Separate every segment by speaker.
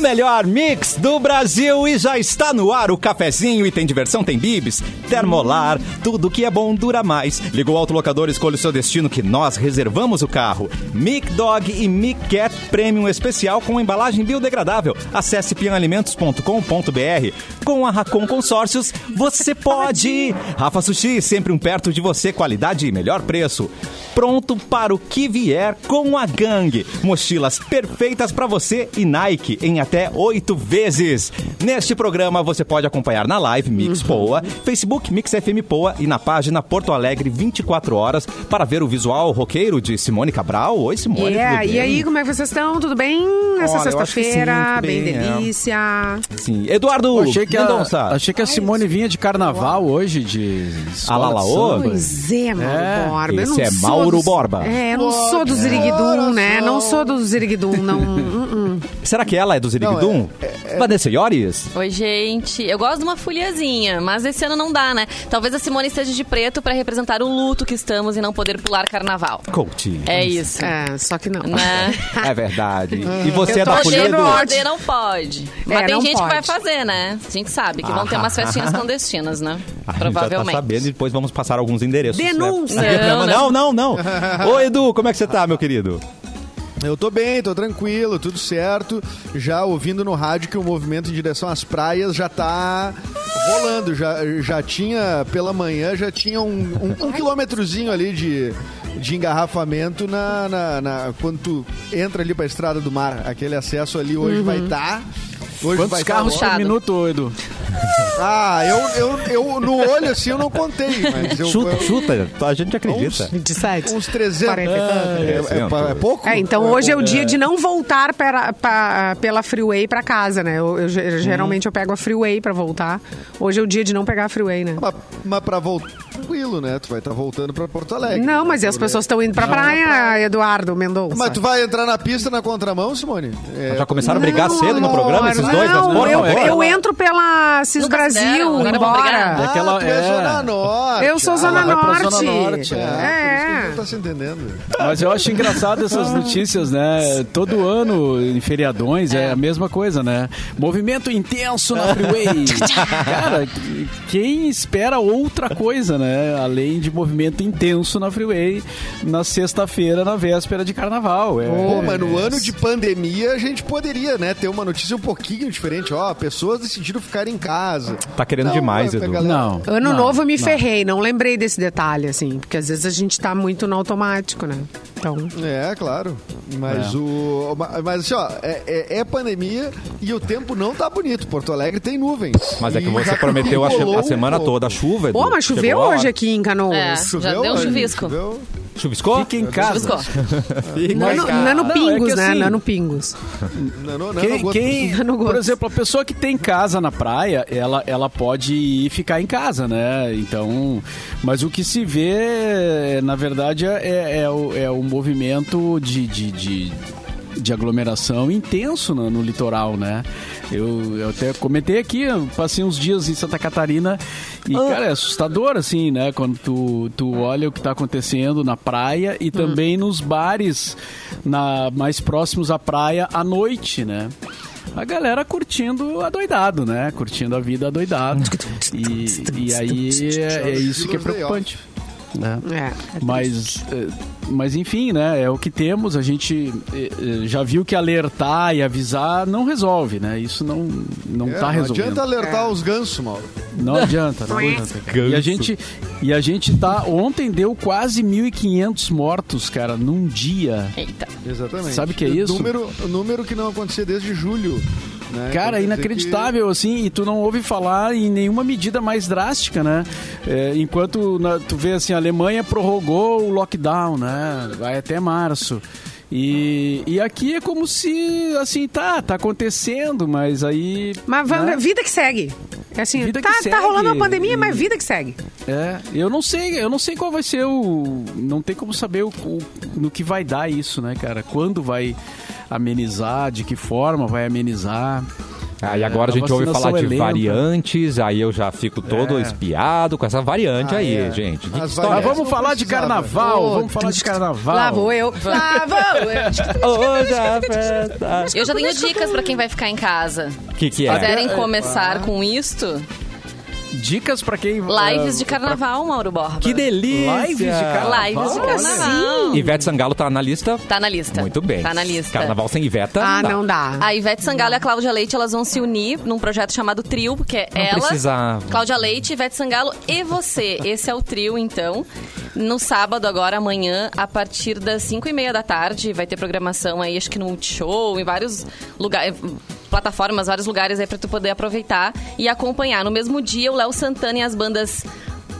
Speaker 1: melhor mix do Brasil e já está no ar o cafezinho e tem diversão, tem bibis, termolar, tudo que é bom dura mais. Ligou o autolocador, escolha o seu destino que nós reservamos o carro. Mic Dog e Mic Cat Premium especial com embalagem biodegradável. Acesse pianalimentos.com.br. Com a Racon Consórcios, você pode. Rafa Sushi, sempre um perto de você, qualidade e melhor preço. Pronto para o que vier com a gangue. Mochilas perfeitas para você e Nike em até oito vezes. Neste programa você pode acompanhar na live
Speaker 2: Uhum.
Speaker 1: Mix Poa, Facebook Mix FM Poa e na página Porto Alegre 24 horas para ver o visual roqueiro de Simone Cabral. Oi, Simone.
Speaker 2: Yeah,
Speaker 1: tudo
Speaker 2: e
Speaker 1: bem?
Speaker 2: aí, como é que vocês estão? Tudo bem? Nessa
Speaker 1: Olha, eu acho que sim,
Speaker 2: sexta-feira,
Speaker 1: tudo
Speaker 2: bem,
Speaker 1: bem, é.
Speaker 2: delícia.
Speaker 1: Sim. Eduardo
Speaker 3: Eu achei que
Speaker 4: um
Speaker 1: Mendonça.
Speaker 3: a, achei que a Simone vinha de carnaval hoje, de... escola de
Speaker 1: Alalaô?
Speaker 3: samba.
Speaker 2: Pois é, Mauro
Speaker 3: É,
Speaker 2: Borba. Eu
Speaker 1: esse
Speaker 2: não
Speaker 1: é
Speaker 2: sou
Speaker 1: Mauro
Speaker 2: dos-
Speaker 1: Borba.
Speaker 2: É, eu não sou do Ziriguidum, né? Não sou do Ziriguidum, não. Hum, hum.
Speaker 1: Será que ela é do Ziriguidum?
Speaker 3: é-
Speaker 1: Vanessa Iores?
Speaker 5: Oi, gente. Eu gosto de uma folhazinha, mas esse ano não dá, né? Talvez a Simone esteja de preto pra representar o luto que estamos e não poder pular carnaval.
Speaker 1: Coaching.
Speaker 5: É isso.
Speaker 2: É, só que não.
Speaker 5: Né?
Speaker 1: É verdade. E você é
Speaker 2: Eu tô
Speaker 1: da
Speaker 5: Poder,
Speaker 1: Folha
Speaker 2: achando
Speaker 1: do...
Speaker 2: ótimo.
Speaker 5: poder não pode. Mas
Speaker 2: É,
Speaker 5: tem
Speaker 2: não
Speaker 5: gente
Speaker 2: pode.
Speaker 5: que vai fazer, né? A gente sabe que vão ter umas festinhas clandestinas, né?
Speaker 1: A gente já tá
Speaker 5: Provavelmente.
Speaker 1: sabendo e depois vamos passar alguns endereços. né?
Speaker 2: Denúncia.
Speaker 1: Aqui é programa- Não,
Speaker 5: Não,
Speaker 1: não, não. Ô, Edu, como é que você tá, meu querido?
Speaker 4: Eu tô bem, tô tranquilo, tudo certo. Já ouvindo no rádio que o movimento em direção às praias já tá rolando. Já, já tinha, pela manhã, já tinha um, um- um quilômetrozinho ali de, de engarrafamento na, na- na- quando tu entra ali pra Estrada do Mar. Aquele acesso ali hoje vai estar. Hoje
Speaker 3: Quantos
Speaker 4: vai tá
Speaker 3: carros
Speaker 4: ótimo.
Speaker 3: por
Speaker 5: Puxado.
Speaker 3: minuto, Edu?
Speaker 4: Ah, eu, eu, eu no olho assim eu não contei, mas eu,
Speaker 1: Chuta,
Speaker 4: eu-
Speaker 1: chuta. A gente acredita.
Speaker 2: 27.
Speaker 4: uns 300.
Speaker 2: Quarenta e tantos.
Speaker 4: É, é, é, é pouco?
Speaker 2: É, então hoje é o dia de não voltar pera- pa- pela freeway pra casa, né? Eu, eu ge- geralmente eu pego a freeway pra voltar. Hoje é o dia de não pegar a freeway, né?
Speaker 4: Mas, mas pra voltar, tranquilo, né? Tu vai estar voltando pra Porto Alegre.
Speaker 2: Não, mas e as
Speaker 4: Por aí.
Speaker 2: pessoas estão indo pra praia, Eduardo Mendonça.
Speaker 4: Mas tu vai entrar na pista na contramão, Simone? É,
Speaker 1: Já começaram a brigar
Speaker 2: Não,
Speaker 1: cedo no
Speaker 2: amor,
Speaker 1: programa, esses dois?
Speaker 2: Não,
Speaker 1: mas, por
Speaker 2: eu,
Speaker 1: favor.
Speaker 2: eu entro pela Cis
Speaker 5: Nunca
Speaker 2: Brasil,
Speaker 5: fizeram, agora vão
Speaker 2: embora.
Speaker 5: brigar.
Speaker 3: Daquela-
Speaker 4: ah, tu é,
Speaker 3: é.
Speaker 4: Zona Norte.
Speaker 2: Eu sou
Speaker 4: Ah,
Speaker 2: Zona
Speaker 3: vai pra
Speaker 2: Norte.
Speaker 3: Zona Norte,
Speaker 2: É.
Speaker 3: é.
Speaker 4: É, por isso que tu não tá se entendendo.
Speaker 3: Mas eu acho engraçado essas notícias, né? Todo ano, em feriadões, é a mesma coisa, né? Movimento intenso na freeway. Cara, quem espera outra coisa, né? Além de movimento intenso na freeway, na sexta-feira, na véspera de carnaval. É,
Speaker 4: Pô, mas no ano de pandemia a gente poderia, né, ter uma notícia um pouquinho diferente. Ó, pessoas decidiram ficar em casa.
Speaker 1: Tá querendo
Speaker 4: Não,
Speaker 1: demais,
Speaker 4: a
Speaker 1: Edu.
Speaker 4: galera-
Speaker 3: Não.
Speaker 2: Ano
Speaker 3: não,
Speaker 2: novo eu me
Speaker 3: não.
Speaker 2: ferrei, não lembrei desse detalhe, assim, porque às vezes a gente tá muito no automático, né? Então.
Speaker 4: É, claro. Mas
Speaker 3: É.
Speaker 4: o. ma- Mas assim, ó, é, é- é pandemia e o tempo não tá bonito. Porto Alegre tem nuvens.
Speaker 1: Mas é que
Speaker 4: E
Speaker 1: você
Speaker 4: já
Speaker 1: prometeu a, che-
Speaker 4: colou
Speaker 1: a semana
Speaker 4: um pouco.
Speaker 1: toda a chuva, Edu.
Speaker 2: Pô, mas choveu
Speaker 1: Chegou a hora.
Speaker 2: hoje aqui em
Speaker 5: É,
Speaker 2: Canoas.
Speaker 5: já deu um
Speaker 4: hoje?
Speaker 5: chuvisco.
Speaker 4: Choveu?
Speaker 1: Chuviscou?
Speaker 3: Fica em casa.
Speaker 5: Buscou.
Speaker 2: Nano, nano
Speaker 3: Não, é
Speaker 2: Pingos,
Speaker 3: que
Speaker 2: né?
Speaker 3: assim-
Speaker 2: Nano Pingos.
Speaker 4: Não, não, não, não
Speaker 3: Quem,
Speaker 4: gosto.
Speaker 3: quem-
Speaker 2: Eu não gosto.
Speaker 3: por exemplo, a pessoa que tem casa na praia, ela, ela pode ir ficar em casa, né? Então, mas o que se vê, na verdade, é, é, o, é um movimento de, de, de, de aglomeração intenso no, no litoral, né? Eu, eu até comentei aqui, eu passei uns dias em Santa Catarina e,
Speaker 2: Ah.
Speaker 3: cara, é assustador, assim, né? Quando tu, tu olha o que tá acontecendo na praia
Speaker 2: Hum.
Speaker 3: e também nos bares na, mais próximos à praia à noite, né? A galera curtindo adoidado, né? Curtindo a vida adoidado. E, e aí é, é isso que é preocupante. Né?
Speaker 2: É.
Speaker 3: Mas, eh, mas enfim, né? É o que temos. A gente eh, eh, já viu que alertar e avisar não resolve, né? Isso não, não
Speaker 4: É,
Speaker 3: tá
Speaker 4: não
Speaker 3: resolvendo.
Speaker 4: adianta alertar os gansos, Mauro.
Speaker 3: Não adianta, não adianta. cara. E a gente e a gente tá ontem deu quase 1500 mortos, cara, num dia.
Speaker 5: Eita.
Speaker 4: Exatamente.
Speaker 3: Sabe o que é isso?
Speaker 4: Número, número que não acontecia desde julho. né?
Speaker 3: Cara,
Speaker 4: Quer dizer
Speaker 3: inacreditável, assim, e tu não ouve falar em nenhuma medida mais drástica, né? É, enquanto na- tu vê, assim, a Alemanha prorrogou o lockdown, né? Vai até março. E, e aqui é como se, assim, tá, tá acontecendo, mas aí...
Speaker 2: Mas vamos-
Speaker 3: né?
Speaker 2: vida que segue. É assim,
Speaker 3: Vida que
Speaker 2: tá, tá
Speaker 3: segue.
Speaker 2: rolando uma pandemia,
Speaker 3: E-
Speaker 2: mas vida que segue.
Speaker 3: É, eu não sei, eu não sei qual vai ser o. Não tem como saber o, o- no que vai dar isso, né, cara? Quando vai amenizar, de que forma vai amenizar.
Speaker 6: Aí agora a
Speaker 3: a
Speaker 6: gente ouve
Speaker 3: vacinação
Speaker 6: falar
Speaker 3: é
Speaker 6: de
Speaker 3: lenta.
Speaker 6: variantes, aí eu já fico
Speaker 1: É.
Speaker 6: todo espiado com essa variante
Speaker 4: Ah,
Speaker 6: aí,
Speaker 4: é.
Speaker 6: gente. Que história
Speaker 4: As
Speaker 3: Mas
Speaker 4: variantes.
Speaker 6: é
Speaker 3: Tá, vamos falar de
Speaker 4: precisava.
Speaker 3: carnaval,
Speaker 2: Oh,
Speaker 3: vamos falar de carnaval.
Speaker 2: Lá vou eu. Lá vou eu.
Speaker 6: essa? Hoje
Speaker 1: é
Speaker 6: a festa.
Speaker 5: Eu já tenho dicas pra quem vai ficar em casa.
Speaker 6: O que, que
Speaker 5: Se
Speaker 6: é?
Speaker 5: quiserem começar com isto,
Speaker 3: Dicas pra quem... eh,
Speaker 5: lives de
Speaker 3: Ah, pra-
Speaker 5: carnaval, Mauro Borba.
Speaker 6: Que delícia!
Speaker 3: Lives de carnaval.
Speaker 5: Lives de
Speaker 3: Como
Speaker 5: carnaval.
Speaker 6: Ivete Sangalo tá na lista?
Speaker 5: Tá na lista.
Speaker 6: Muito bem.
Speaker 5: Tá na lista.
Speaker 6: Carnaval sem Iveta?
Speaker 2: Ah,
Speaker 6: dá.
Speaker 2: não dá.
Speaker 5: A Ivete Sangalo e a Cláudia Leite, elas vão se unir num projeto chamado Trio, porque é
Speaker 6: Não
Speaker 5: ela,
Speaker 6: precisava.
Speaker 5: Cláudia Leite, Ivete Sangalo e você. Esse é o trio, então. No sábado, agora, amanhã, a partir das 5 e meia da tarde, vai ter programação aí, acho que no Multishow, em vários lugares... Plataformas, vários lugares aí pra tu poder aproveitar e acompanhar. No mesmo dia, o Léo Santana e as bandas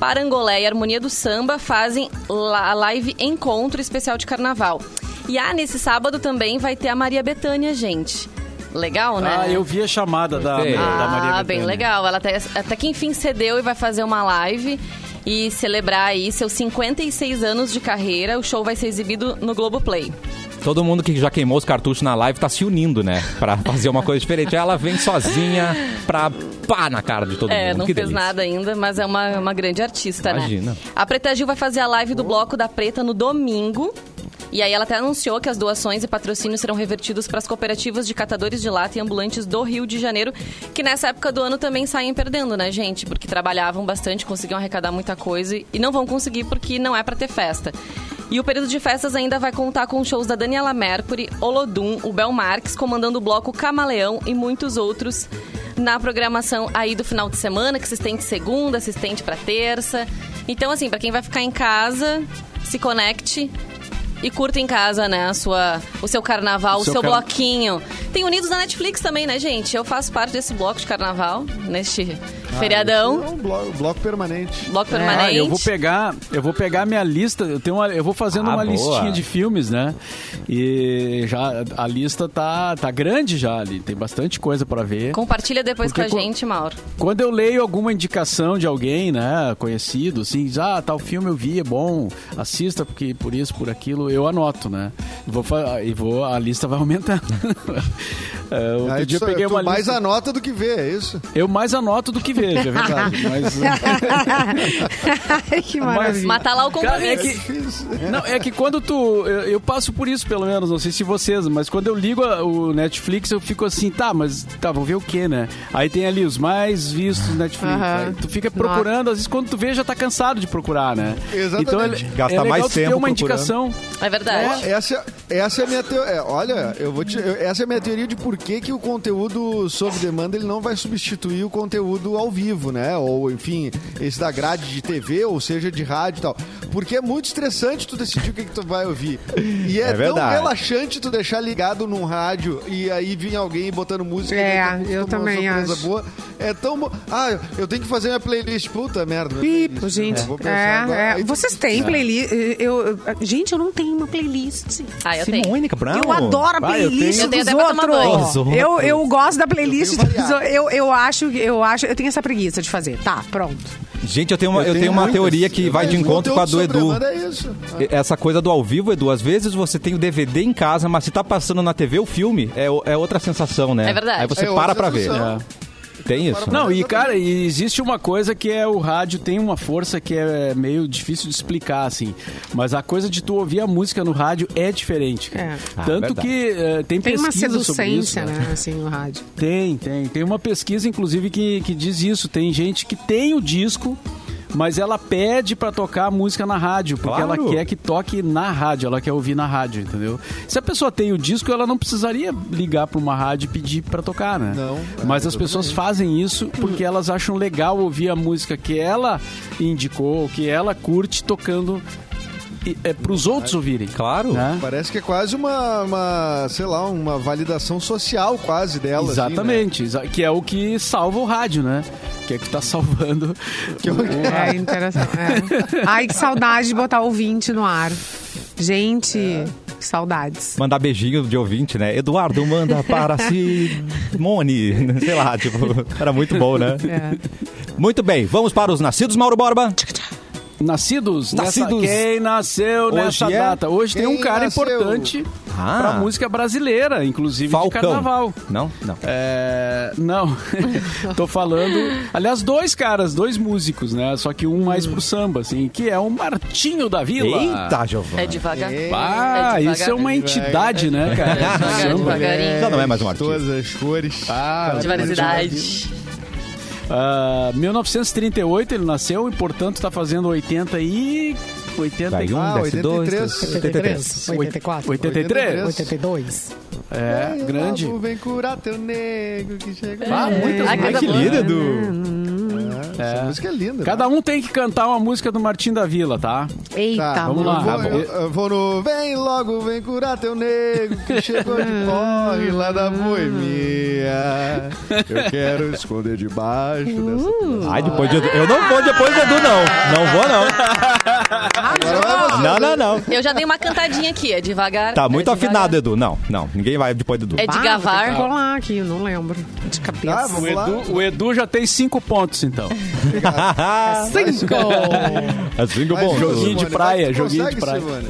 Speaker 5: Parangolé e Harmonia do Samba fazem la- a live Encontro Especial de Carnaval. E ah, nesse sábado também vai ter a Maria Bethânia, gente. Legal, né?
Speaker 3: Ah, eu vi a chamada da,
Speaker 6: Gostei.
Speaker 3: da Maria Bethânia.
Speaker 5: Ah, bem legal. Ela até, até que enfim cedeu e vai fazer uma live e celebrar aí seus 56 anos de carreira. O show vai ser exibido no Globoplay.
Speaker 6: Todo mundo que já queimou os cartuchos na live tá se unindo, né? Pra fazer uma coisa diferente. Ela vem sozinha pra pá na cara de todo
Speaker 5: É,
Speaker 6: mundo.
Speaker 5: não
Speaker 6: que
Speaker 5: fez
Speaker 6: delícia.
Speaker 5: nada ainda, mas é uma, uma grande artista,
Speaker 6: Imagina.
Speaker 5: né? A Preta Gil vai fazer a live do Bloco da Preta no domingo. E aí ela até anunciou que as doações e patrocínios serão revertidos para as cooperativas de catadores de lata e ambulantes do Rio de Janeiro, que nessa época do ano também saem perdendo, né, gente? Porque trabalhavam bastante, conseguiam arrecadar muita coisa e não vão conseguir porque não é para ter festa. E o período de festas ainda vai contar com shows da Daniela Mercury, Olodum, o Bel Marques, comandando o bloco Camaleão e muitos outros na programação aí do final de semana, que se estende segunda, se estende pra terça. Então, assim, pra quem vai ficar em casa, se conecte e curta em casa, né, a sua, o seu carnaval, o seu,
Speaker 3: seu car-
Speaker 5: bloquinho. Tem Unidos na Netflix também, né, gente? Eu faço parte desse bloco de carnaval, neste feriadão.
Speaker 4: É um blo- bloco, permanente.
Speaker 5: Bloco permanente.
Speaker 3: Ah, eu vou pegar, eu vou pegar minha lista, eu tenho uma, eu vou fazendo
Speaker 6: Ah,
Speaker 3: uma
Speaker 6: boa.
Speaker 3: listinha de filmes, né? E já a lista tá tá grande já ali, tem bastante coisa pra ver.
Speaker 5: Compartilha depois
Speaker 3: Porque
Speaker 5: com a
Speaker 3: co-
Speaker 5: gente, Mauro.
Speaker 3: Quando eu leio alguma indicação de alguém, né, conhecido, assim, diz, ah, tal filme eu vi, é bom, assista porque por isso, por aquilo, eu anoto, né? E vou fa- e vou a lista vai aumentando. É, outro
Speaker 4: Aí
Speaker 3: dia
Speaker 4: tu,
Speaker 3: eu peguei
Speaker 4: tu
Speaker 3: uma
Speaker 4: mais
Speaker 3: lista,
Speaker 4: anota do que vê, é isso?
Speaker 3: eu mais anoto do que vejo, é verdade, mas eh,
Speaker 2: Ai, que maravilha.
Speaker 5: Matar lá o
Speaker 3: Cara, é
Speaker 5: compromisso.
Speaker 3: que Não, é que quando tu. Eu, eu passo por isso, pelo menos, não sei se vocês, mas quando eu ligo a- o Netflix, eu fico assim, tá, mas tá, vou ver o quê, né? Aí tem ali os mais vistos do Netflix.
Speaker 2: Aham.
Speaker 3: Aí tu fica procurando, às vezes quando tu vê, já tá cansado de procurar, né?
Speaker 4: Exatamente.
Speaker 3: Então é,
Speaker 1: Gasta
Speaker 3: é legal
Speaker 1: mais
Speaker 3: tu ter
Speaker 1: tempo
Speaker 3: uma
Speaker 1: procurando.
Speaker 3: indicação.
Speaker 5: É verdade.
Speaker 4: Ó, Essa, essa é a minha teoria. olha, eu vou te, eu- essa é a minha teoria de por que, que o conteúdo sob demanda ele não vai substituir o conteúdo ao vivo, né? Ou, enfim, esse da grade de TV, ou seja, de rádio e tal. Porque é muito estressante tu decidir o que, que tu vai ouvir. E é,
Speaker 1: É
Speaker 4: tão
Speaker 1: verdade.
Speaker 4: relaxante tu deixar ligado num rádio e aí vir alguém botando música.
Speaker 2: É,
Speaker 4: e tá aí tu costuma
Speaker 2: eu
Speaker 4: uma
Speaker 2: também
Speaker 4: surpresa
Speaker 2: acho.
Speaker 4: Boa. É tão bom. Ah, eu tenho que fazer minha playlist. Puta merda. minha playlist.
Speaker 2: Gente,
Speaker 4: Eu vou pensar agora.
Speaker 2: é,
Speaker 4: Aí
Speaker 2: é.
Speaker 4: tu-
Speaker 2: vocês têm playlist? Eu, eu- gente, eu não tenho uma playlist.
Speaker 3: É,
Speaker 5: Ah, eu tenho.
Speaker 6: Simone Cabral.
Speaker 2: Eu adoro a
Speaker 3: Ah, eu
Speaker 2: playlist
Speaker 3: tenho-
Speaker 5: Eu tenho
Speaker 2: dos
Speaker 5: até pra tomar banho.
Speaker 2: outros.
Speaker 6: Os outros.
Speaker 2: Eu, eu gosto da playlist
Speaker 4: Eu tenho
Speaker 2: dos
Speaker 4: variado.
Speaker 2: eu, eu acho eu acho eu tenho essa preguiça de fazer. Tá, pronto.
Speaker 6: Gente, eu tenho uma, eu
Speaker 4: Eu
Speaker 6: tenho uma
Speaker 4: muitas.
Speaker 6: teoria que vai de
Speaker 4: Mas
Speaker 6: encontro com a do
Speaker 4: conteúdo
Speaker 6: Edu.
Speaker 4: sobre a banda É isso.
Speaker 6: Essa coisa do ao vivo, Edu, às vezes você tem o DVD em casa, mas se tá passando na TV o filme, é, o- é outra sensação, né?
Speaker 5: É verdade.
Speaker 6: Aí você
Speaker 4: É
Speaker 6: para
Speaker 4: outra
Speaker 6: pra ver.
Speaker 4: sensação.
Speaker 6: Tem isso. né?
Speaker 4: Não,
Speaker 3: Não, e cara, e existe uma coisa que é o rádio tem uma força que é meio difícil de explicar, assim. Mas a coisa de tu ouvir a música no rádio é diferente. cara.
Speaker 2: É.
Speaker 6: Ah,
Speaker 3: Tanto
Speaker 6: verdade.
Speaker 3: que eh, tem
Speaker 2: Tem
Speaker 3: pesquisa
Speaker 2: uma
Speaker 3: sobre
Speaker 2: seducência,
Speaker 3: isso,
Speaker 2: né, assim, no rádio.
Speaker 3: Tem, tem. Tem uma pesquisa, inclusive, que, que diz isso. Tem gente que tem o disco, mas ela pede pra tocar a música na rádio, porque
Speaker 6: Claro.
Speaker 3: ela quer que toque na rádio, ela quer ouvir na rádio, entendeu? Se a pessoa tem o disco, ela não precisaria ligar pra uma rádio e pedir pra tocar, né?
Speaker 4: Não, é,
Speaker 3: Mas as pessoas fazem isso porque elas acham legal ouvir a música que ela indicou, que ela curte tocando e- é, pros outros ouvirem.
Speaker 6: Claro.
Speaker 3: Né?
Speaker 4: Parece que é quase uma, uma, sei lá, uma validação social quase dela. assim, né?
Speaker 3: Exatamente, exa- que é o que salva o rádio, né? Que é que tá salvando. o-
Speaker 2: É interessante. é. Ai, que saudade de botar ouvinte no ar. Gente,
Speaker 3: É.
Speaker 2: que saudades.
Speaker 6: Mandar beijinho de ouvinte, né? Eduardo manda para Simone. Sei lá, tipo, era muito bom, né?
Speaker 2: É.
Speaker 6: Muito bem, vamos para os nascidos, Mauro Borba.
Speaker 3: É Nascidos? nessa-
Speaker 6: Nascidos.
Speaker 3: quem nasceu
Speaker 6: Hoje
Speaker 3: nessa
Speaker 6: é?
Speaker 3: data? Hoje tem
Speaker 4: Quem
Speaker 3: um cara
Speaker 4: nasceu?
Speaker 3: importante
Speaker 6: Ah.
Speaker 3: pra música brasileira, inclusive de
Speaker 6: Falcão.
Speaker 3: carnaval.
Speaker 6: Não, não.
Speaker 3: É, não, tô falando. Aliás, dois caras, dois músicos, né? Só que um mais pro samba, assim, que é o Martinho da Vila.
Speaker 6: Eita, Giovana.
Speaker 5: É devagar.
Speaker 3: Ah,
Speaker 5: É
Speaker 3: isso é uma
Speaker 5: devagar.
Speaker 3: entidade, né, cara?
Speaker 5: É devagar,
Speaker 3: Samba.
Speaker 5: devagarinho.
Speaker 1: Já não é mais um artista.
Speaker 4: Todas as cores.
Speaker 3: Ah,
Speaker 5: De variedade.
Speaker 3: Ah, 1938 ele nasceu e, portanto, tá fazendo 80 e... 80
Speaker 6: Vai
Speaker 3: e...
Speaker 6: um,
Speaker 4: Ah,
Speaker 6: desce dois,
Speaker 4: 83.
Speaker 6: desce-
Speaker 2: 83, 84,
Speaker 3: 83?
Speaker 2: 82.
Speaker 3: É, grande.
Speaker 4: Logo Ah, Vem curar teu nego que chega.
Speaker 3: Ah, muitas
Speaker 5: Ai,
Speaker 1: Ai,
Speaker 3: músicas.
Speaker 5: cada
Speaker 1: que
Speaker 5: boa.
Speaker 1: linda, Edu.
Speaker 4: É, Essa música é linda.
Speaker 3: Cada um tem que cantar uma música do Martim da Vila, tá?
Speaker 2: Eita,
Speaker 4: Tá,
Speaker 3: vamos
Speaker 4: eu
Speaker 3: lá.
Speaker 4: vou-
Speaker 3: Tá bom.
Speaker 4: eu- eu vou no Vem logo, vem curar teu nego que chegou de corre lá da boemia. Eu quero esconder debaixo
Speaker 3: Uh.
Speaker 4: dessa.
Speaker 6: Ai, depois de Edu. Eu não vou depois de Edu, não. Não vou, não.
Speaker 4: Agora vai você.
Speaker 6: Não, não, não.
Speaker 5: Eu já dei uma cantadinha aqui, é devagar.
Speaker 6: Tá muito
Speaker 5: é devagar.
Speaker 6: afinado, Edu. Não, não. Ninguém vai depois do Edu.
Speaker 5: É de
Speaker 2: Ah,
Speaker 5: Gavar.
Speaker 2: vou ter que colar aqui, eu não lembro. De
Speaker 4: Ah,
Speaker 2: cabeça.
Speaker 4: vamos
Speaker 3: O
Speaker 4: lá.
Speaker 3: Edu, o Edu já tem cinco pontos, então.
Speaker 2: Cinco!
Speaker 6: assim que o
Speaker 4: Vai,
Speaker 6: bom.
Speaker 4: Simone,
Speaker 3: joguinho de
Speaker 4: vai, tu
Speaker 3: praia,
Speaker 4: consegue,
Speaker 3: joguinho de praia.
Speaker 4: Simone?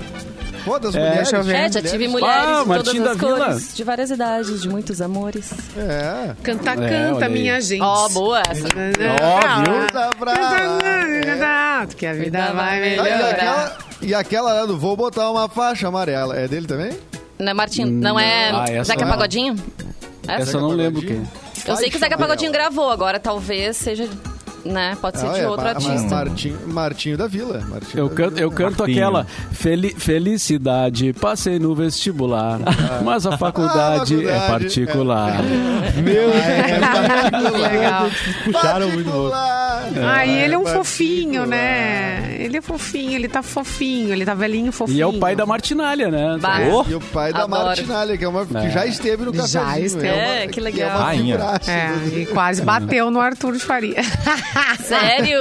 Speaker 4: Todas mulheres.
Speaker 2: deixa eu ver.
Speaker 5: É, já tive mulheres
Speaker 3: Ah,
Speaker 5: de
Speaker 3: Martim
Speaker 5: todas as
Speaker 3: da Vila.
Speaker 5: cores, de várias idades, de muitos amores.
Speaker 4: É.
Speaker 2: Canta,
Speaker 3: É, olha
Speaker 2: canta,
Speaker 3: aí.
Speaker 2: minha gente.
Speaker 5: Ó, boa essa.
Speaker 3: Ó,
Speaker 4: Toda
Speaker 5: É.
Speaker 4: praia.
Speaker 2: Ah, Que a vida vai
Speaker 4: Ah, e,
Speaker 2: melhorar.
Speaker 4: aquela, e aquela lá do Vou Botar Uma Faixa Amarela. É dele também?
Speaker 5: Não é Martim, não é
Speaker 3: Ah, essa
Speaker 5: Zeca
Speaker 3: não.
Speaker 5: Pagodinho? Essa?
Speaker 3: Essa eu não lembro quem.
Speaker 5: Eu sei que o Zeca
Speaker 4: Faixa
Speaker 5: Pagodinho
Speaker 4: amarela.
Speaker 5: gravou, agora talvez seja, né, pode ser
Speaker 4: Ah,
Speaker 5: de
Speaker 4: é,
Speaker 5: outro
Speaker 4: Ma-
Speaker 5: artista.
Speaker 4: Martinho, Martinho da Vila. Martinho
Speaker 3: Eu
Speaker 4: da
Speaker 3: canto,
Speaker 4: Vila.
Speaker 3: eu canto
Speaker 6: Martinho.
Speaker 3: aquela Fel- felicidade, passei no vestibular, mas a faculdade é
Speaker 4: faculdade,
Speaker 3: particular.
Speaker 4: Meu Deus,
Speaker 2: Legal.
Speaker 4: puxaram muito louco.
Speaker 2: Ah, e ele é um
Speaker 4: particular.
Speaker 2: fofinho, né? Ele é fofinho, ele tá fofinho, ele tá velhinho fofinho.
Speaker 3: E é o pai da Martinalha, né?
Speaker 5: Bah.
Speaker 6: Oh,
Speaker 4: E o pai da
Speaker 5: Adoro.
Speaker 4: Martinalha, que, é uma, que já esteve no
Speaker 2: Já
Speaker 4: cafezinho.
Speaker 2: esteve.
Speaker 5: É, que legal.
Speaker 4: é uma
Speaker 6: Rainha.
Speaker 4: figuraça.
Speaker 2: É, e quase bateu no Arthur de Faria.
Speaker 5: Sério?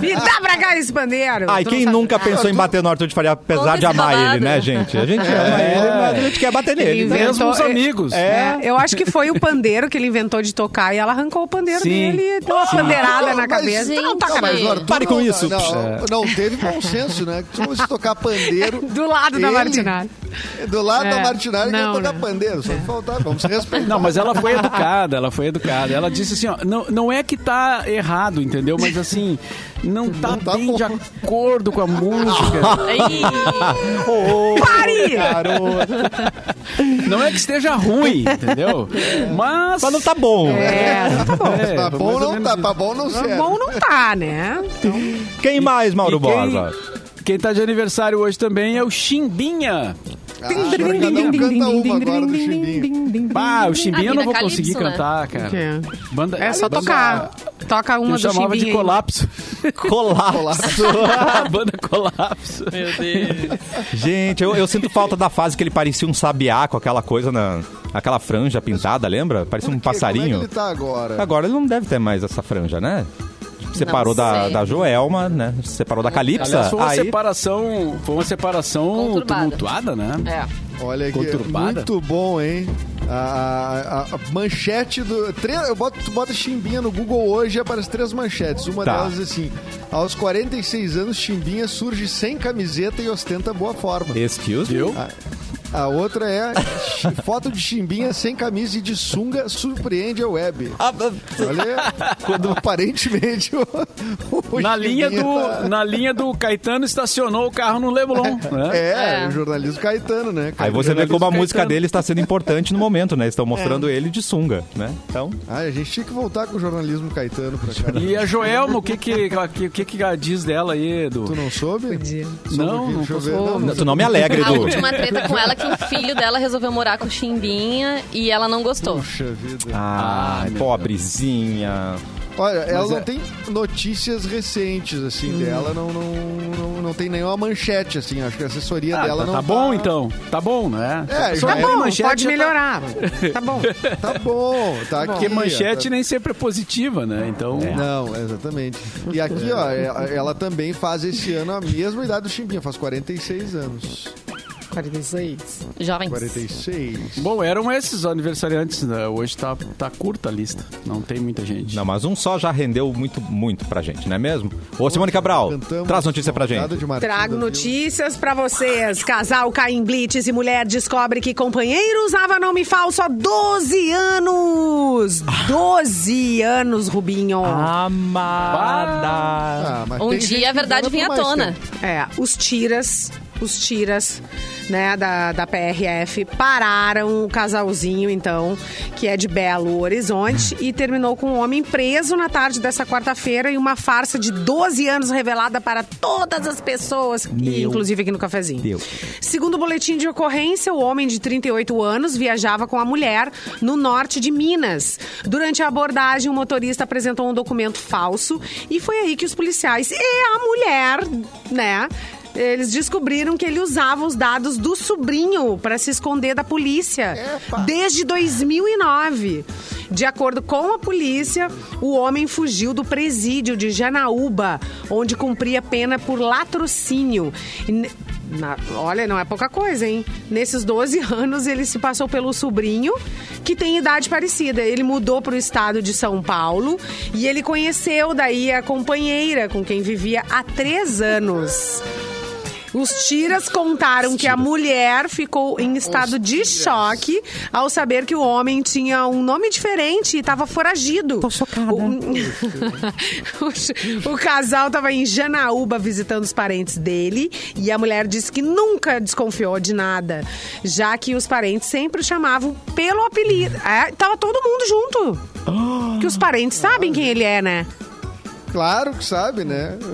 Speaker 2: Me dá pra cá esse bandeiro!
Speaker 6: Ai,
Speaker 2: Tu não
Speaker 6: quem
Speaker 2: sabe-
Speaker 6: nunca pensou em bater no Arthur de Faria, apesar
Speaker 5: Todo
Speaker 6: de amar
Speaker 5: esse
Speaker 6: ele, né,
Speaker 5: babado.
Speaker 6: gente? A gente ama
Speaker 4: É.
Speaker 6: ele, mas a gente quer bater nele.
Speaker 2: Ele
Speaker 6: né?
Speaker 3: Mesmo os
Speaker 2: é-
Speaker 3: amigos.
Speaker 2: É, eu acho que foi o pandeiro que ele inventou de tocar e ela arrancou o pandeiro
Speaker 3: Sim.
Speaker 2: dele e deu uma pandeirada na cabeça.
Speaker 5: gente,
Speaker 2: Tu não tá toca mais.
Speaker 5: mas-
Speaker 4: Arthur
Speaker 6: Pare com
Speaker 4: não-
Speaker 6: isso.
Speaker 4: Não, não teve consenso, né? Tu começou a tocar pandeiro.
Speaker 2: É. Do lado da
Speaker 4: Ele-
Speaker 2: Martinalha.
Speaker 4: Do lado
Speaker 2: É.
Speaker 4: da Martinalha, quer
Speaker 2: Não,
Speaker 4: tocar
Speaker 2: não.
Speaker 4: pandeiro. Só faltava, vamos se respeitar.
Speaker 3: Não, mas ela foi educada, ela foi educada. Ela disse assim, ó, não, não é que tá errado, entendeu? Mas assim, não tá,
Speaker 4: tá
Speaker 3: bem
Speaker 4: bom.
Speaker 3: de acordo com a música.
Speaker 5: Ih,
Speaker 2: Pare!
Speaker 3: Não é que esteja ruim, entendeu? Mas...
Speaker 6: Mas não tá bom.
Speaker 2: É, não tá bom.
Speaker 3: É,
Speaker 4: Pra
Speaker 3: mais
Speaker 4: bom
Speaker 3: ou
Speaker 4: não
Speaker 3: menos
Speaker 4: tá,
Speaker 3: isso.
Speaker 4: pra bom não serve.
Speaker 2: Bom não tá, né?
Speaker 6: Quem mais, Mauro
Speaker 3: E
Speaker 6: Borba?
Speaker 3: Quem, quem tá de aniversário hoje também é o Chimbinha.
Speaker 4: Ah, cada um canta uma agora do Chimbinho. é
Speaker 3: Bah, o Chimbinha
Speaker 5: Ah,
Speaker 3: eu não
Speaker 5: vira
Speaker 3: vou
Speaker 5: calypso,
Speaker 3: conseguir
Speaker 5: né?
Speaker 3: cantar, cara.
Speaker 2: É.
Speaker 3: Banda,
Speaker 2: É só
Speaker 3: banda
Speaker 2: tocar. Toca
Speaker 3: Que
Speaker 2: uma
Speaker 3: eu
Speaker 2: do
Speaker 3: chamava de
Speaker 2: Chimbinha. aí.
Speaker 3: colapso.
Speaker 6: Colapso.
Speaker 3: a banda colapso.
Speaker 6: Gente, eu, eu sinto falta da fase que ele parecia um sabiá com aquela coisa na. aquela franja pintada, lembra? Parecia um
Speaker 4: Porque Como é
Speaker 6: passarinho.
Speaker 4: que ele tá agora?
Speaker 6: Agora ele não deve ter mais essa franja, né? Separou da,
Speaker 5: sei.
Speaker 6: da Joelma, né? Separou da Calypsa.
Speaker 3: Aliás, foi uma
Speaker 6: Aí,
Speaker 3: separação, foi uma separação
Speaker 5: Conturbada.
Speaker 3: tumultuada, né?
Speaker 5: É.
Speaker 4: Olha aqui,
Speaker 3: Conturbada.
Speaker 4: muito bom, hein? A, a- a- a manchete do. Três, eu boto, tu bota Chimbinha no Google hoje e aparece três manchetes. Uma
Speaker 6: Tá.
Speaker 4: delas é assim: aos 46 anos, Chimbinha surge sem camiseta e ostenta boa forma.
Speaker 6: excuse me.
Speaker 3: Viu?
Speaker 4: A outra é chi- foto de Chimbinha sem camisa e de sunga surpreende a web. Olha, quando aparentemente o, o
Speaker 3: Na linha,
Speaker 4: Chimbinha tá-
Speaker 3: do, na linha do Caetano estacionou o carro no Leblon. né?
Speaker 4: É,
Speaker 5: É.
Speaker 4: o jornalismo caetano, né?
Speaker 6: Aí você vê como a
Speaker 3: Caetano. É.
Speaker 6: música dele está sendo importante no momento, né? Estão mostrando ele de sunga, né? Então,
Speaker 4: Ah, a gente tinha que voltar com o jornalismo caetano pra cá. né?
Speaker 3: E a Joelma, o que que, o que, que que diz dela aí,
Speaker 4: Tu
Speaker 3: Edu?
Speaker 4: não soube? Soube
Speaker 3: Não,
Speaker 4: o quê?
Speaker 3: não
Speaker 4: Deixa eu ver.
Speaker 3: posso-
Speaker 4: Não,
Speaker 6: tu não me alegra,
Speaker 5: A
Speaker 6: Edu.
Speaker 5: última treta com ela é que o filho dela resolveu morar com o Chimbinha e ela não gostou.
Speaker 4: Puxa vida.
Speaker 6: Ah, pobrezinha.
Speaker 4: Olha, ela
Speaker 3: Mas
Speaker 4: não
Speaker 3: é-
Speaker 4: tem notícias recentes, assim, dela. Não, não, não, não tem nenhuma manchete, assim. Acho que a assessoria
Speaker 3: Ah,
Speaker 4: dela
Speaker 3: tá,
Speaker 4: não
Speaker 3: tá bom então, tá bom, né?
Speaker 4: É,
Speaker 3: Só
Speaker 4: já
Speaker 3: tem
Speaker 4: é.
Speaker 2: Bom,
Speaker 3: manchete,
Speaker 2: pode
Speaker 3: já tá-
Speaker 2: melhorar. Tá bom.
Speaker 4: Tá bom, tá aqui.
Speaker 3: Porque manchete
Speaker 4: tá-
Speaker 3: nem sempre é positiva, né? Então.
Speaker 6: É.
Speaker 4: Não, exatamente. E aqui,
Speaker 3: É.
Speaker 4: ó, ela, ela também faz esse ano a mesma idade do Chimbinha, faz 46 anos.
Speaker 2: 46.
Speaker 3: Tá
Speaker 5: Jovens.
Speaker 4: 46.
Speaker 3: Bom, eram esses aniversariantes, né? Hoje tá, tá curta a lista. Não tem muita gente.
Speaker 6: Não, mas um só já rendeu muito, muito pra gente, não é mesmo? Ô, Simone Cabral, traz notícia pra gente.
Speaker 2: Trago notícias pra vocês. Casal cai em blitz e mulher descobre que companheiro usava nome falso há 12 anos.
Speaker 3: Ah.
Speaker 2: 12 anos, Rubinho.
Speaker 6: Amada.
Speaker 4: Ah,
Speaker 5: Um dia a verdade vinha à tona.
Speaker 2: É, os tiras, os tiras, né, da, da PRF pararam o casalzinho, então, que é de Belo Horizonte e terminou com um homem preso na tarde dessa quarta-feira e uma farsa de 12 anos revelada para todas as pessoas, e inclusive aqui no cafezinho.
Speaker 6: Deus.
Speaker 2: Segundo o boletim de ocorrência, o homem de 38 anos viajava com a mulher no norte de Minas. Durante a abordagem, o motorista apresentou um documento falso e foi aí que os policiais e a mulher, né? Eles descobriram que ele usava os dados do sobrinho para se esconder da polícia desde 2009. De acordo com a polícia, o homem fugiu do presídio de Janaúba, onde cumpria pena por latrocínio. E ne- na- olha, não é pouca coisa, hein? Nesses 12 anos, ele se passou pelo sobrinho, que tem idade parecida. Ele mudou para o estado de São Paulo e ele conheceu daí a companheira com quem vivia há três anos. Os tiras contaram que a mulher ficou em estado de choque ao saber que o homem tinha um nome diferente e estava foragido. Tô chocada. O, o casal estava em Janaúba visitando os parentes dele e a mulher disse que nunca desconfiou de nada, já que os parentes sempre o chamavam pelo apelido. É, tava todo mundo junto. Que os parentes sabem quem ele é, né?
Speaker 4: Claro que sabe, né? E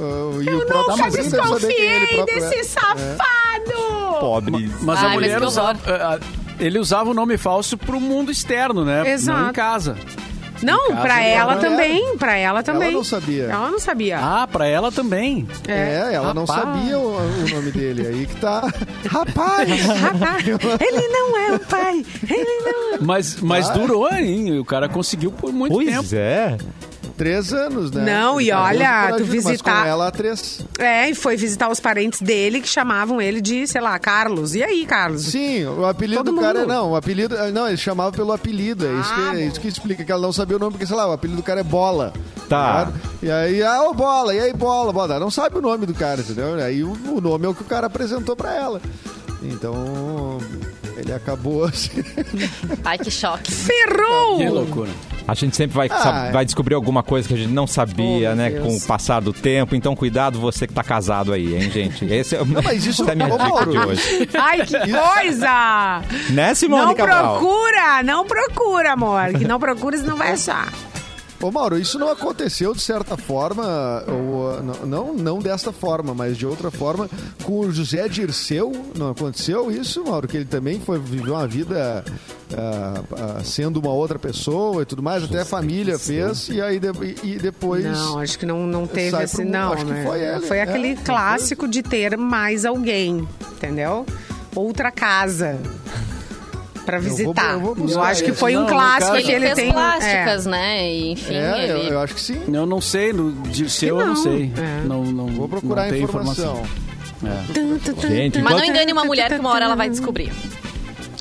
Speaker 4: o
Speaker 2: Eu
Speaker 4: próprio
Speaker 2: nunca
Speaker 4: sobrinho deve saber quem
Speaker 2: desconfiei
Speaker 4: ele próprio
Speaker 2: desse
Speaker 4: é.
Speaker 2: safado!
Speaker 6: Pobre.
Speaker 3: Mas a
Speaker 5: Ai, Ah, mas
Speaker 3: mulher
Speaker 5: que horror.
Speaker 3: usava. a- a- Ele usava o nome falso pro mundo externo, né? Não
Speaker 2: Exato.
Speaker 3: em casa.
Speaker 2: Não, pra
Speaker 3: dela,
Speaker 2: ela
Speaker 4: né?
Speaker 2: também, pra ela também.
Speaker 4: não sabia.
Speaker 2: Ela não sabia.
Speaker 3: Ah, pra ela também.
Speaker 4: É, ela não
Speaker 3: Rapaz.
Speaker 4: sabia o, o nome dele. Aí que tá. Rapaz!
Speaker 2: Rapaz, ele não é o pai. Ele não é.
Speaker 3: Mas, mas durou, hein? O cara conseguiu por muito
Speaker 6: Pois
Speaker 3: tempo.
Speaker 6: é.
Speaker 4: Três anos, né?
Speaker 2: Não, e
Speaker 4: Tá
Speaker 2: olha,
Speaker 4: muito
Speaker 2: tu
Speaker 4: corajoso, mas
Speaker 2: visitar-
Speaker 4: com ela há três.
Speaker 2: É, e foi visitar os parentes dele que chamavam ele de, sei lá, Carlos. E aí, Carlos?
Speaker 4: Sim, o apelido
Speaker 2: Todo
Speaker 4: do cara é
Speaker 2: mundo.
Speaker 4: não. O apelido. Não, ele chamava pelo apelido. É isso,
Speaker 2: Ah,
Speaker 4: que, é isso que explica, que ela não sabia o nome, porque, sei lá, o apelido do cara é bola.
Speaker 6: Tá.
Speaker 4: ligado? E aí, ah, ô bola, e aí bola, bola. Não sabe o nome do cara, entendeu? Aí o, o nome é o que o cara apresentou pra ela. Então, ele acabou assim.
Speaker 5: Ai, que choque.
Speaker 2: Ferrou!
Speaker 3: Que loucura.
Speaker 6: A gente sempre vai,
Speaker 4: Ah,
Speaker 6: sab-
Speaker 4: é.
Speaker 6: vai descobrir alguma coisa que a gente não sabia,
Speaker 2: Oh, meu
Speaker 6: né?
Speaker 2: Deus.
Speaker 6: Com o passar do tempo. Então, cuidado você que tá casado aí, hein, gente? Esse é o...
Speaker 4: mas isso-
Speaker 6: Essa é a minha
Speaker 4: Ô,
Speaker 6: dica
Speaker 4: Mauro.
Speaker 6: de hoje.
Speaker 4: então.
Speaker 2: Ai, que coisa!
Speaker 6: Né, Simone
Speaker 2: Não
Speaker 6: Cabral?
Speaker 2: procura, não procura, amor. Que não procura, você não vai achar.
Speaker 4: Ô Mauro, isso não aconteceu de certa forma, ou, uh, não, não, não desta forma, mas de outra forma, com o José Dirceu, não aconteceu isso, Mauro? Que ele também foi viver uma vida ah, ah, sendo uma outra pessoa e tudo mais, até a família fez, e aí de- e depois...
Speaker 2: Não, acho que não, não teve
Speaker 4: Sai
Speaker 2: esse.
Speaker 4: pro-
Speaker 2: não,
Speaker 4: acho que
Speaker 2: né?
Speaker 4: foi ele, é,
Speaker 2: aquele
Speaker 4: não foi?
Speaker 2: clássico de ter mais alguém, entendeu? Outra casa. Pra
Speaker 4: vou-
Speaker 2: visitar. Eu,
Speaker 4: eu vou buscar
Speaker 2: acho que
Speaker 4: esse.
Speaker 2: foi
Speaker 3: Não,
Speaker 2: um
Speaker 3: no
Speaker 2: clássico
Speaker 3: caso-
Speaker 2: que
Speaker 5: Ele,
Speaker 2: ele
Speaker 5: fez
Speaker 2: tem.
Speaker 5: plásticas, né? E, enfim,
Speaker 4: É, eu,
Speaker 5: ele...
Speaker 4: eu acho que sim.
Speaker 3: Eu não sei, no Dirceu eu não
Speaker 2: não.
Speaker 3: sei.
Speaker 2: É.
Speaker 3: Não, não,
Speaker 4: Vou procurar
Speaker 3: não
Speaker 4: a
Speaker 3: tem
Speaker 4: informação.
Speaker 6: Gente,
Speaker 5: Mas não
Speaker 6: enquanto...
Speaker 5: engane uma mulher que uma hora ela vai descobrir.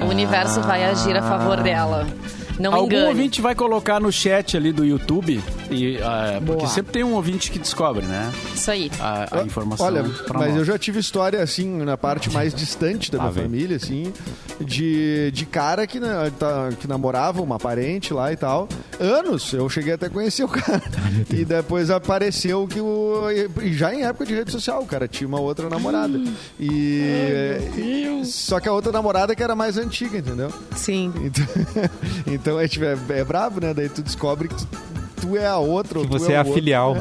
Speaker 4: Ah.
Speaker 5: O universo vai agir a favor dela. Não
Speaker 3: Algum
Speaker 5: engane.
Speaker 3: ouvinte vai colocar no chat ali do YouTube, e, ah, porque
Speaker 2: Boa.
Speaker 3: sempre tem um ouvinte que descobre, né?
Speaker 5: Isso aí.
Speaker 3: A, a informação.
Speaker 4: Ah, Olha,
Speaker 3: pra
Speaker 4: mas
Speaker 3: nós.
Speaker 4: eu já tive história assim, na parte mais distante da
Speaker 6: Lá
Speaker 4: minha
Speaker 6: Ah, vem.
Speaker 4: família, assim, de, de cara que, na- tá- que namorava uma parente lá e tal. Anos, eu cheguei até a conhecer o cara. e depois apareceu que o. e Já em época de rede social, o cara tinha uma outra namorada. E. e- Só que a outra namorada que era mais antiga, entendeu?
Speaker 2: Sim.
Speaker 4: Então, então é, tipo, é, é brabo, né? Daí tu descobre que tu, tu é a outra. ou
Speaker 6: que
Speaker 4: tu
Speaker 6: você
Speaker 4: o
Speaker 6: é a
Speaker 4: outro.
Speaker 6: filial.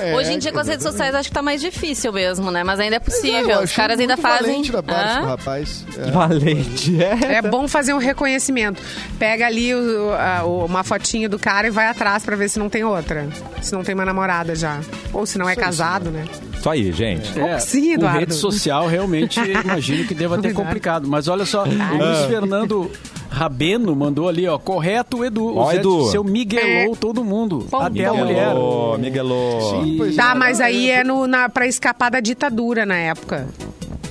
Speaker 4: É,
Speaker 5: Hoje em dia, com as redes
Speaker 4: exatamente.
Speaker 5: sociais, acho que tá mais difícil mesmo, né? Mas ainda é
Speaker 4: É,
Speaker 5: possível.
Speaker 4: eu
Speaker 5: Os
Speaker 4: achei
Speaker 5: caras ainda
Speaker 4: muito
Speaker 5: fazem.
Speaker 4: valente da parte
Speaker 5: Hã?
Speaker 4: do rapaz. É.
Speaker 6: Valente, é.
Speaker 2: É bom fazer um reconhecimento. Pega ali o- a- o- uma fotinho do cara e vai atrás pra ver se não tem outra. Se não tem uma namorada já. Ou se não é casado, né?
Speaker 6: Isso aí, gente.
Speaker 3: É,
Speaker 2: sim,
Speaker 3: com
Speaker 2: Eduardo.
Speaker 3: rede social, realmente, eu imagino que deva ter
Speaker 2: Verdade.
Speaker 3: complicado. Mas olha só, o Luiz Fernando Rabeno mandou ali, ó, correto, Edu. O
Speaker 6: Ó,
Speaker 3: Zé
Speaker 6: Edu.
Speaker 3: Seu Miguelou todo mundo,
Speaker 2: Pô,
Speaker 3: até a
Speaker 2: Miguelou.
Speaker 3: mulher.
Speaker 6: Miguelô, Miguelô.
Speaker 4: Sim, pois
Speaker 2: Tá,
Speaker 4: é.
Speaker 2: mas aí é no, na, pra escapar da ditadura na época.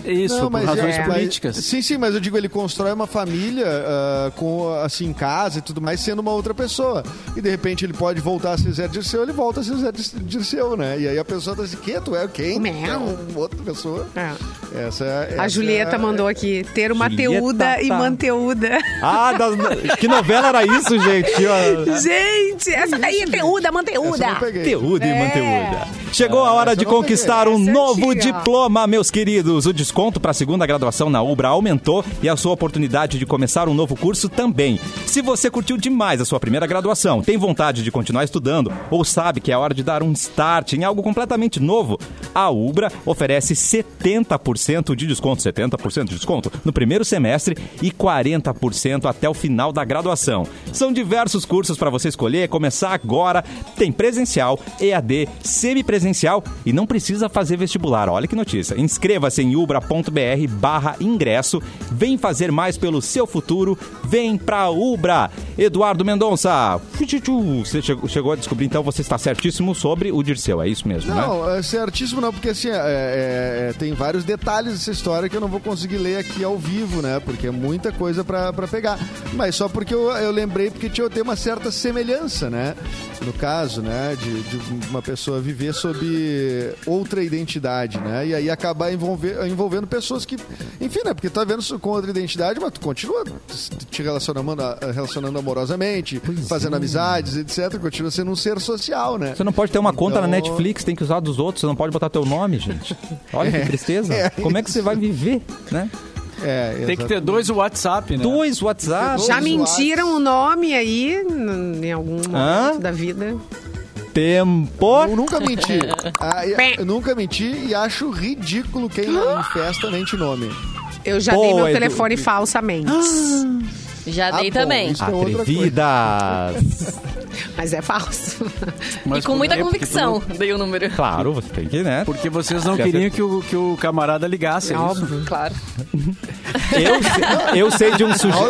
Speaker 3: Isso, por razões
Speaker 2: é,
Speaker 3: políticas.
Speaker 4: sim, sim, mas eu digo, ele constrói uma família ah, com, assim, em casa e tudo mais, sendo uma outra pessoa. E de repente ele pode voltar a ser Zé Dirceu, ele volta a ser Zé Dir- Dirceu, né? E aí a pessoa tá assim, que tu é quem?
Speaker 2: Meu.
Speaker 4: É um- outra pessoa.
Speaker 5: Ah.
Speaker 2: É.
Speaker 4: Essa, é-
Speaker 2: A
Speaker 4: essa
Speaker 2: Julieta
Speaker 4: é-
Speaker 2: mandou aqui ter uma
Speaker 6: Julieta,
Speaker 2: teuda e
Speaker 6: tá.
Speaker 2: manteuda.
Speaker 6: Ah, das- que novela era isso, gente? Que, ó,
Speaker 2: Gente, essa daí é teuda,
Speaker 4: Essa eu
Speaker 2: manteuda.
Speaker 4: não peguei.
Speaker 6: Conteúdo e
Speaker 2: É.
Speaker 6: manteúda. Chegou a hora
Speaker 4: essa
Speaker 6: de
Speaker 4: eu não
Speaker 6: conquistar
Speaker 2: peguei.
Speaker 6: um
Speaker 2: Essa é
Speaker 6: novo
Speaker 2: antiga.
Speaker 6: diploma, meus queridos. O desconto para a segunda graduação na Ubra aumentou e a sua oportunidade de começar um novo curso também. Se você curtiu demais a sua primeira graduação, tem vontade de continuar estudando ou sabe que é hora de dar um start em algo completamente novo, a Ubra oferece 70% de desconto, 70% de desconto no primeiro semestre e 40% até o final da graduação. São diversos cursos para você escolher, é começar agora. Tem presencial, EAD, semipresencial e não precisa fazer vestibular. Olha que notícia. Inscreva-se em ubra.br barra ingresso. Vem fazer mais pelo seu futuro. Vem pra Ubra. Eduardo Mendonça. Fuchichu. Você chegou chegou a descobrir, então, você está certíssimo sobre o Dirceu. É isso mesmo, né?
Speaker 4: Não, é certíssimo não, porque assim, é- é- é- tem vários detalhes dessa história que eu não vou conseguir ler aqui ao vivo, né? Porque é muita coisa pra, pra pegar. Mas só porque eu, eu lembrei, porque tinha, tem uma certa semelhança, né? No caso, né? De, de uma pessoa viver sob outra identidade, né? E aí acabar envolver- envolvendo pessoas que... Enfim, né? Porque tá vendo isso com outra identidade, mas tu continua te relacionando, relacionando amorosamente, fazendo
Speaker 3: é.
Speaker 4: amizades, etc. Continua sendo um ser social, né?
Speaker 6: Você não pode ter uma conta na
Speaker 4: Então-
Speaker 6: Netflix, tem que usar dos outros, você não pode botar teu nome, gente. Olha que tristeza.
Speaker 4: é
Speaker 6: Como é que você vai viver, né?
Speaker 4: É,
Speaker 3: Tem que ter dois WhatsApp, né?
Speaker 6: Dois WhatsApp.
Speaker 4: Dois
Speaker 2: Já
Speaker 4: usuários.
Speaker 2: mentiram o nome aí n- em algum momento
Speaker 6: Hã?
Speaker 2: da vida.
Speaker 6: Tempo.
Speaker 4: Eu nunca menti. Ah,
Speaker 2: Bem.
Speaker 4: eu nunca menti e acho ridículo quem em festa mente nome.
Speaker 2: Eu já
Speaker 6: Pô,
Speaker 2: dei meu
Speaker 6: Edu.
Speaker 2: telefone falsamente.
Speaker 5: Já
Speaker 4: Ah,
Speaker 5: dei
Speaker 4: bom,
Speaker 5: também.
Speaker 4: isso é outra coisa.
Speaker 6: Atrevidas.
Speaker 2: Mas é falso.
Speaker 3: Mas
Speaker 5: E com
Speaker 3: por
Speaker 5: muita
Speaker 3: quê? Porque
Speaker 5: convicção, dei o número.
Speaker 6: Claro, você tem que, né?
Speaker 3: tu- Porque vocês não
Speaker 6: Já
Speaker 3: queriam que o, que o camarada ligasse. é isso?
Speaker 5: Claro.
Speaker 6: Eu, se- eu sei de um sujeito.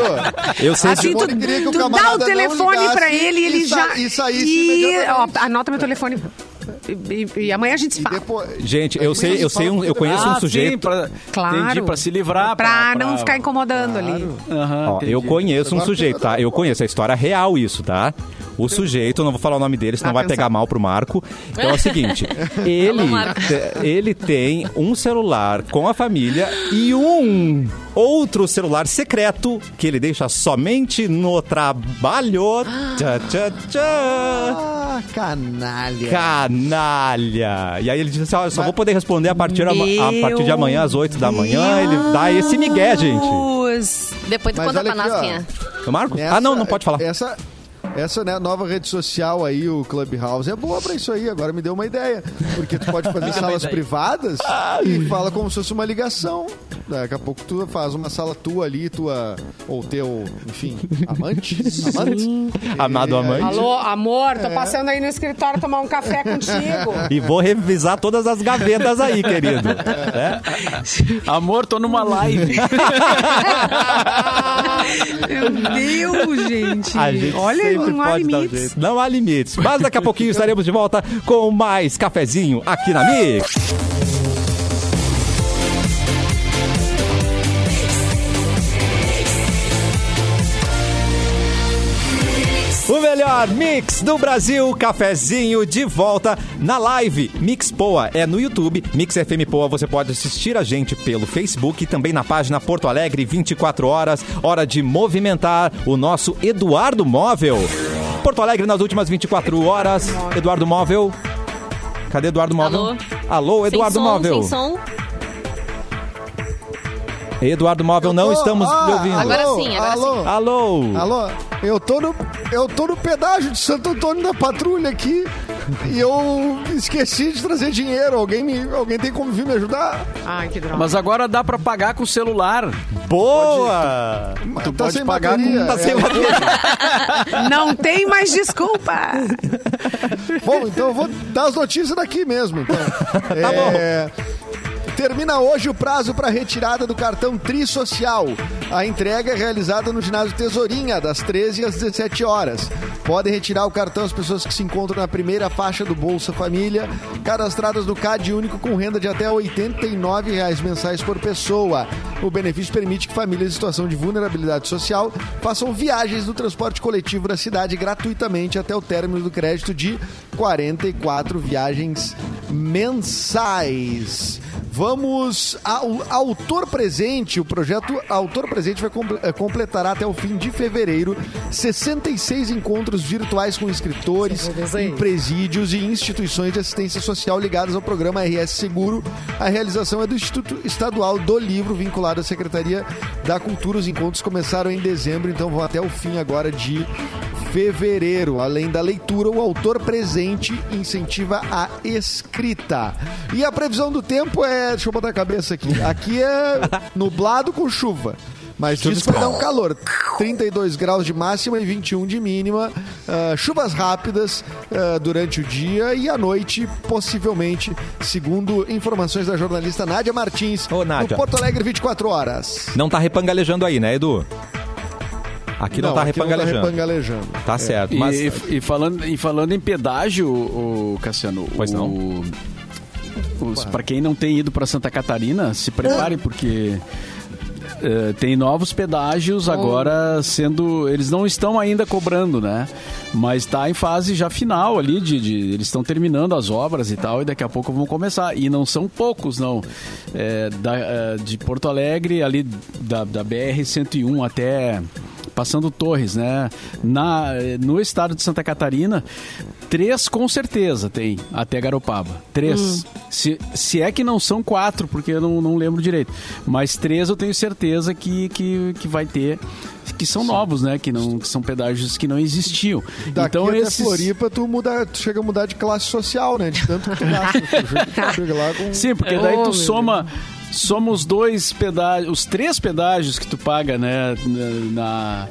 Speaker 6: Eu sei de
Speaker 2: Assim,
Speaker 6: um.
Speaker 2: tu,
Speaker 4: Simone queria que o
Speaker 2: tu dá o
Speaker 4: camarada não
Speaker 2: telefone
Speaker 4: ligasse
Speaker 2: pra ele e ele
Speaker 4: e
Speaker 2: já.
Speaker 4: sa- e saísse
Speaker 2: E, ó,
Speaker 4: imediatamente. anota
Speaker 2: anota meu telefone. E, e- e amanhã a gente se
Speaker 4: E
Speaker 2: fala.
Speaker 4: depois-
Speaker 6: Gente, eu sei, eu sei um, eu conheço
Speaker 3: Ah,
Speaker 6: um
Speaker 3: sim,
Speaker 6: sujeito.
Speaker 3: pra-
Speaker 2: Claro.
Speaker 3: Entendi, pra se livrar.
Speaker 2: Pra não ficar incomodando ali.
Speaker 3: Aham,
Speaker 6: Ó, eu
Speaker 3: entendi.
Speaker 6: conheço um
Speaker 4: Agora-
Speaker 6: sujeito, tá? Eu conheço, é história real isso, tá? O sujeito, eu não vou falar o nome dele, senão
Speaker 2: Vai
Speaker 6: vai
Speaker 2: pensar.
Speaker 6: pegar mal pro Marco. Então é o seguinte, ele,
Speaker 5: Alô, Marco.
Speaker 6: te- ele tem um celular com a família e um outro celular secreto que ele deixa somente no trabalho. Tchá, tchá, tchá.
Speaker 4: Ah, canalha.
Speaker 6: Canalha! E aí ele disse assim: ó, eu só vou poder responder a partir, ama- a
Speaker 2: Meu
Speaker 6: partir de amanhã, às 8 da manhã.
Speaker 2: Meu
Speaker 6: Ele dá esse migué, gente.
Speaker 2: Deus.
Speaker 5: Depois tu
Speaker 4: Mas
Speaker 5: conta
Speaker 4: olha
Speaker 5: pra
Speaker 4: aqui,
Speaker 5: nós
Speaker 4: ó.
Speaker 5: quem é.
Speaker 6: Marcos?
Speaker 4: Essa-
Speaker 6: ah, não, não pode falar.
Speaker 2: é-
Speaker 4: Essa, essa né, nova rede social aí, o Clubhouse, é boa pra isso aí. Agora me deu uma ideia. Porque tu pode fazer salas privadas e fala como se fosse uma ligação. Daqui a pouco tu faz uma sala tua ali, tua. Ou teu, enfim, amante. amante.
Speaker 6: Amado
Speaker 4: E-
Speaker 6: amante.
Speaker 2: Alô, amor, tô passando aí no escritório tomar um café contigo.
Speaker 6: E vou revisar todas as gavetas aí, querido. Né?
Speaker 3: Amor, tô numa live.
Speaker 2: Meu Deus, gente.
Speaker 6: A gente
Speaker 2: Olha,
Speaker 6: sempre
Speaker 2: não há
Speaker 6: pode dar um
Speaker 2: limites.
Speaker 6: jeito. Não há limites. Mas daqui a pouquinho estaremos de volta com mais cafezinho aqui na Mix. O melhor mix do Brasil, cafezinho de volta na live. Mix Poa é no YouTube, Mix FM Poa. Você pode assistir a gente pelo Facebook e também na página Porto Alegre 24 horas. Hora de movimentar o nosso Eduardo Móvel. Porto Alegre nas últimas 24 horas. Eduardo Móvel. Cadê Eduardo Móvel?
Speaker 5: Alô?
Speaker 6: Alô, Eduardo
Speaker 5: sem som,
Speaker 6: Móvel.
Speaker 5: sem som.
Speaker 6: Eduardo Móvel, não
Speaker 4: Ô,
Speaker 6: estamos
Speaker 4: ah,
Speaker 6: me ouvindo.
Speaker 5: Agora sim, agora
Speaker 4: alô,
Speaker 6: Alô.
Speaker 4: Alô, eu tô no eu tô no pedágio de Santo Antônio da Patrulha aqui e eu esqueci de trazer dinheiro. Alguém me alguém tem como vir me ajudar?
Speaker 2: Ai, que droga.
Speaker 3: Mas agora dá pra pagar com o celular.
Speaker 6: Boa!
Speaker 4: Tu
Speaker 3: pode pagar
Speaker 6: Tá
Speaker 4: É,
Speaker 6: sem bateria.
Speaker 2: Não tem mais desculpa.
Speaker 4: Bom, então eu vou dar as notícias daqui mesmo. Então. tá
Speaker 6: bom.
Speaker 4: Termina hoje o prazo para retirada do cartão Trisocial. A entrega é realizada no ginásio Tesourinha, das 13 às 17 horas. Podem retirar o cartão as pessoas que se encontram na primeira faixa do Bolsa Família, cadastradas no CAD único com renda de até R$ 89 reais mensais por pessoa. O benefício permite que famílias em situação de vulnerabilidade social façam viagens no transporte coletivo da cidade gratuitamente até o término do crédito de 44 viagens mensais. Vamos ao autor presente. O projeto Autor Presente vai comple- eh, completar até o fim de fevereiro 66 encontros virtuais com escritores, em presídios e instituições de assistência social ligadas ao programa RS Seguro. A realização é do Instituto Estadual do Livro, vinculado à Secretaria da Cultura. Os encontros começaram em dezembro, então vão até o fim agora de fevereiro. Além da leitura, o autor presente incentiva a escrita. E a previsão do tempo é. Deixa eu botar a cabeça aqui. Aqui é nublado com chuva. Mas isso vai dar um calor. 32 graus de máxima e 21 de mínima. Ah, chuvas rápidas ah, durante o dia e à noite, possivelmente, segundo informações da jornalista Nádia Martins,
Speaker 6: Ô, Nádia.
Speaker 4: no Porto Alegre 24 horas.
Speaker 6: Não tá repangalejando aí, né, Edu? Aqui não, tá
Speaker 4: aqui
Speaker 6: repangalejando.
Speaker 4: Não tá repangalejando.
Speaker 6: Tá
Speaker 4: É.
Speaker 6: certo,
Speaker 3: E,
Speaker 6: mas...
Speaker 3: e falando, e falando em pedágio, o Cassiano,
Speaker 6: Pois não.
Speaker 3: o- os- pra quem não tem ido pra Santa Catarina, se prepare, porque eh, tem novos pedágios agora sendo. Eles não estão ainda cobrando, né? Mas tá em fase já final ali, de, de- eles estão terminando as obras e tal, e daqui a pouco vão começar. E não são poucos, não. Eh, da- eh, de Porto Alegre, ali da, da BR-101 até passando Torres, né? Na, no estado de Santa Catarina, três com certeza tem, até Garopaba.
Speaker 4: Hum.
Speaker 3: Três. Se, se é que não são quatro, porque eu não, não lembro direito. Mas três eu tenho certeza que, que, que vai ter, que são novos, né? Que, não, que são pedágios que não existiam.
Speaker 4: Daqui
Speaker 3: então
Speaker 4: até
Speaker 3: esses...
Speaker 4: Floripa, tu, muda, tu chega a mudar de classe social, né? De tanto que tu gasta. tu chega- tu chega lá com...
Speaker 3: Sim, porque
Speaker 2: É.
Speaker 3: daí
Speaker 2: Oh,
Speaker 3: tu
Speaker 2: meu
Speaker 3: soma. Soma os dois pedágios, os três pedágios que tu paga, né? Na,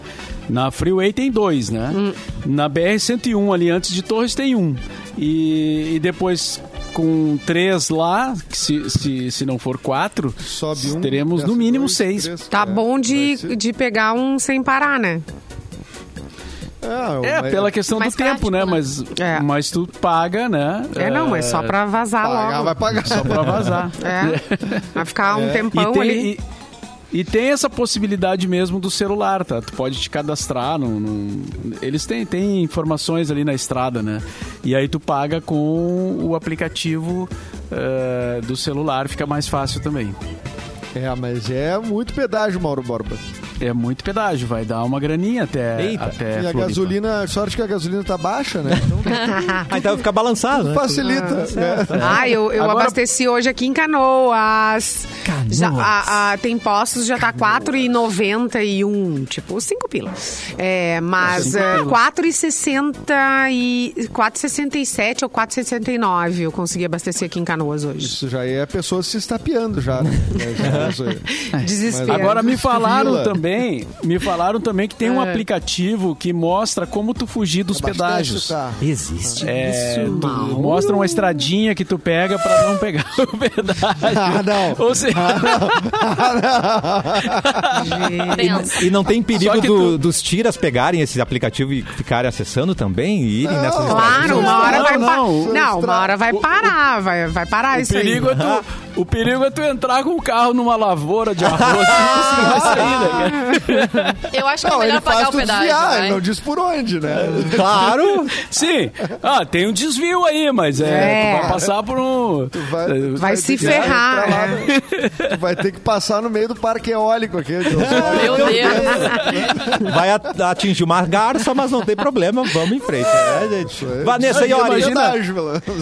Speaker 3: na Freeway tem dois, né?
Speaker 2: Hum.
Speaker 3: Na BR-101, ali antes de Torres, tem um. E, e depois com três lá, que se, se, se não for quatro,
Speaker 4: Sobe um.
Speaker 3: teremos no
Speaker 4: desce
Speaker 3: mínimo
Speaker 4: dois,
Speaker 3: seis.
Speaker 4: três.
Speaker 2: Tá
Speaker 4: É,
Speaker 2: bom de,
Speaker 4: vai ser-
Speaker 2: de pegar um sem parar, né?
Speaker 4: É,
Speaker 3: É,
Speaker 4: mas-
Speaker 3: pela questão
Speaker 7: Mais
Speaker 3: do tempo,
Speaker 7: prático,
Speaker 3: né?
Speaker 7: né?
Speaker 3: Mas,
Speaker 2: É.
Speaker 3: mas tu paga, né?
Speaker 2: É, não, mas só pra vazar
Speaker 4: Pagar,
Speaker 2: logo.
Speaker 4: vai pagar.
Speaker 3: Só pra vazar.
Speaker 2: É. Vai ficar um
Speaker 3: E
Speaker 2: tempão
Speaker 3: tem,
Speaker 2: ali.
Speaker 3: e- e tem essa possibilidade mesmo do celular, tá? Tu pode te cadastrar. num- num- Eles têm, têm informações ali na estrada, né? E aí tu paga com o aplicativo eh, do celular, fica mais fácil também.
Speaker 4: É, mas é muito pedágio, Mauro Borba.
Speaker 3: É muito pedágio, vai dar uma graninha até.
Speaker 6: Eita.
Speaker 3: até
Speaker 4: e a
Speaker 3: É, Floripa.
Speaker 4: gasolina, sorte que a gasolina tá baixa, né? Então
Speaker 6: Ah, então fica balançado, né?
Speaker 4: facilita. né?
Speaker 2: Ah, eu, eu
Speaker 3: É. Agora-
Speaker 2: abasteci hoje aqui em Canoas. Já, a, a- tem postos, já tá R$4,91. Tipo, 5 pila. É, mas
Speaker 3: Cinco
Speaker 2: é,
Speaker 3: pila.
Speaker 2: 4,60 e 4,67 ou 4,69 eu consegui abastecer aqui em Canoas hoje.
Speaker 4: Isso já é a pessoa se estapeando já. né? É, já- já-
Speaker 2: Desespero.
Speaker 4: Mas
Speaker 3: Agora me
Speaker 4: Fila.
Speaker 3: falaram também, me falaram também que tem um aplicativo que mostra como tu fugir dos pedágios.
Speaker 4: É. Abastece, tá.
Speaker 6: Existe.
Speaker 3: É, tu- mostra uma estradinha que tu pega pra não pegar o pedágio.
Speaker 4: Ah, não.
Speaker 7: É
Speaker 3: Ou seja,
Speaker 5: Pensa.
Speaker 6: E não tem perigo
Speaker 3: Só que
Speaker 6: do-
Speaker 3: tu-
Speaker 6: dos tiras pegarem esse aplicativo e ficarem acessando também e irem nessas
Speaker 2: Claro,
Speaker 6: estradinhas?
Speaker 2: uma hora
Speaker 3: Não,
Speaker 2: vai parar.
Speaker 3: não,
Speaker 2: Não,
Speaker 4: o-
Speaker 2: uma hora vai
Speaker 3: o-
Speaker 2: parar, vai, vai parar
Speaker 3: o
Speaker 2: isso aí.
Speaker 3: perigo, é tu, o perigo é tu entrar com o carro numa lavoura de arroz. Assim, vai sair, né, cara?
Speaker 7: Eu acho que
Speaker 4: Não,
Speaker 7: é
Speaker 4: ele
Speaker 7: melhor
Speaker 4: faz
Speaker 7: pagar o
Speaker 4: tu
Speaker 7: pedágio.
Speaker 4: desviar,
Speaker 7: né?
Speaker 4: ele não diz por onde, né?
Speaker 3: É.
Speaker 6: Claro!
Speaker 3: Sim, ah, tem um desvio aí, mas é,
Speaker 2: É.
Speaker 3: tu vai passar por um.
Speaker 4: Tu vai, tu
Speaker 2: Vai se
Speaker 4: ter que-
Speaker 2: ferrar,
Speaker 4: pra lá,
Speaker 2: né?
Speaker 4: Tu vai ter que passar no meio do parque eólico aqui.
Speaker 5: Meu Deus.
Speaker 6: Vai at- atingir uma garça, mas não tem problema, vamos em frente, né, gente?
Speaker 4: Isso aí.
Speaker 6: Vanessa
Speaker 3: Aí,
Speaker 6: Iori,
Speaker 3: imagina-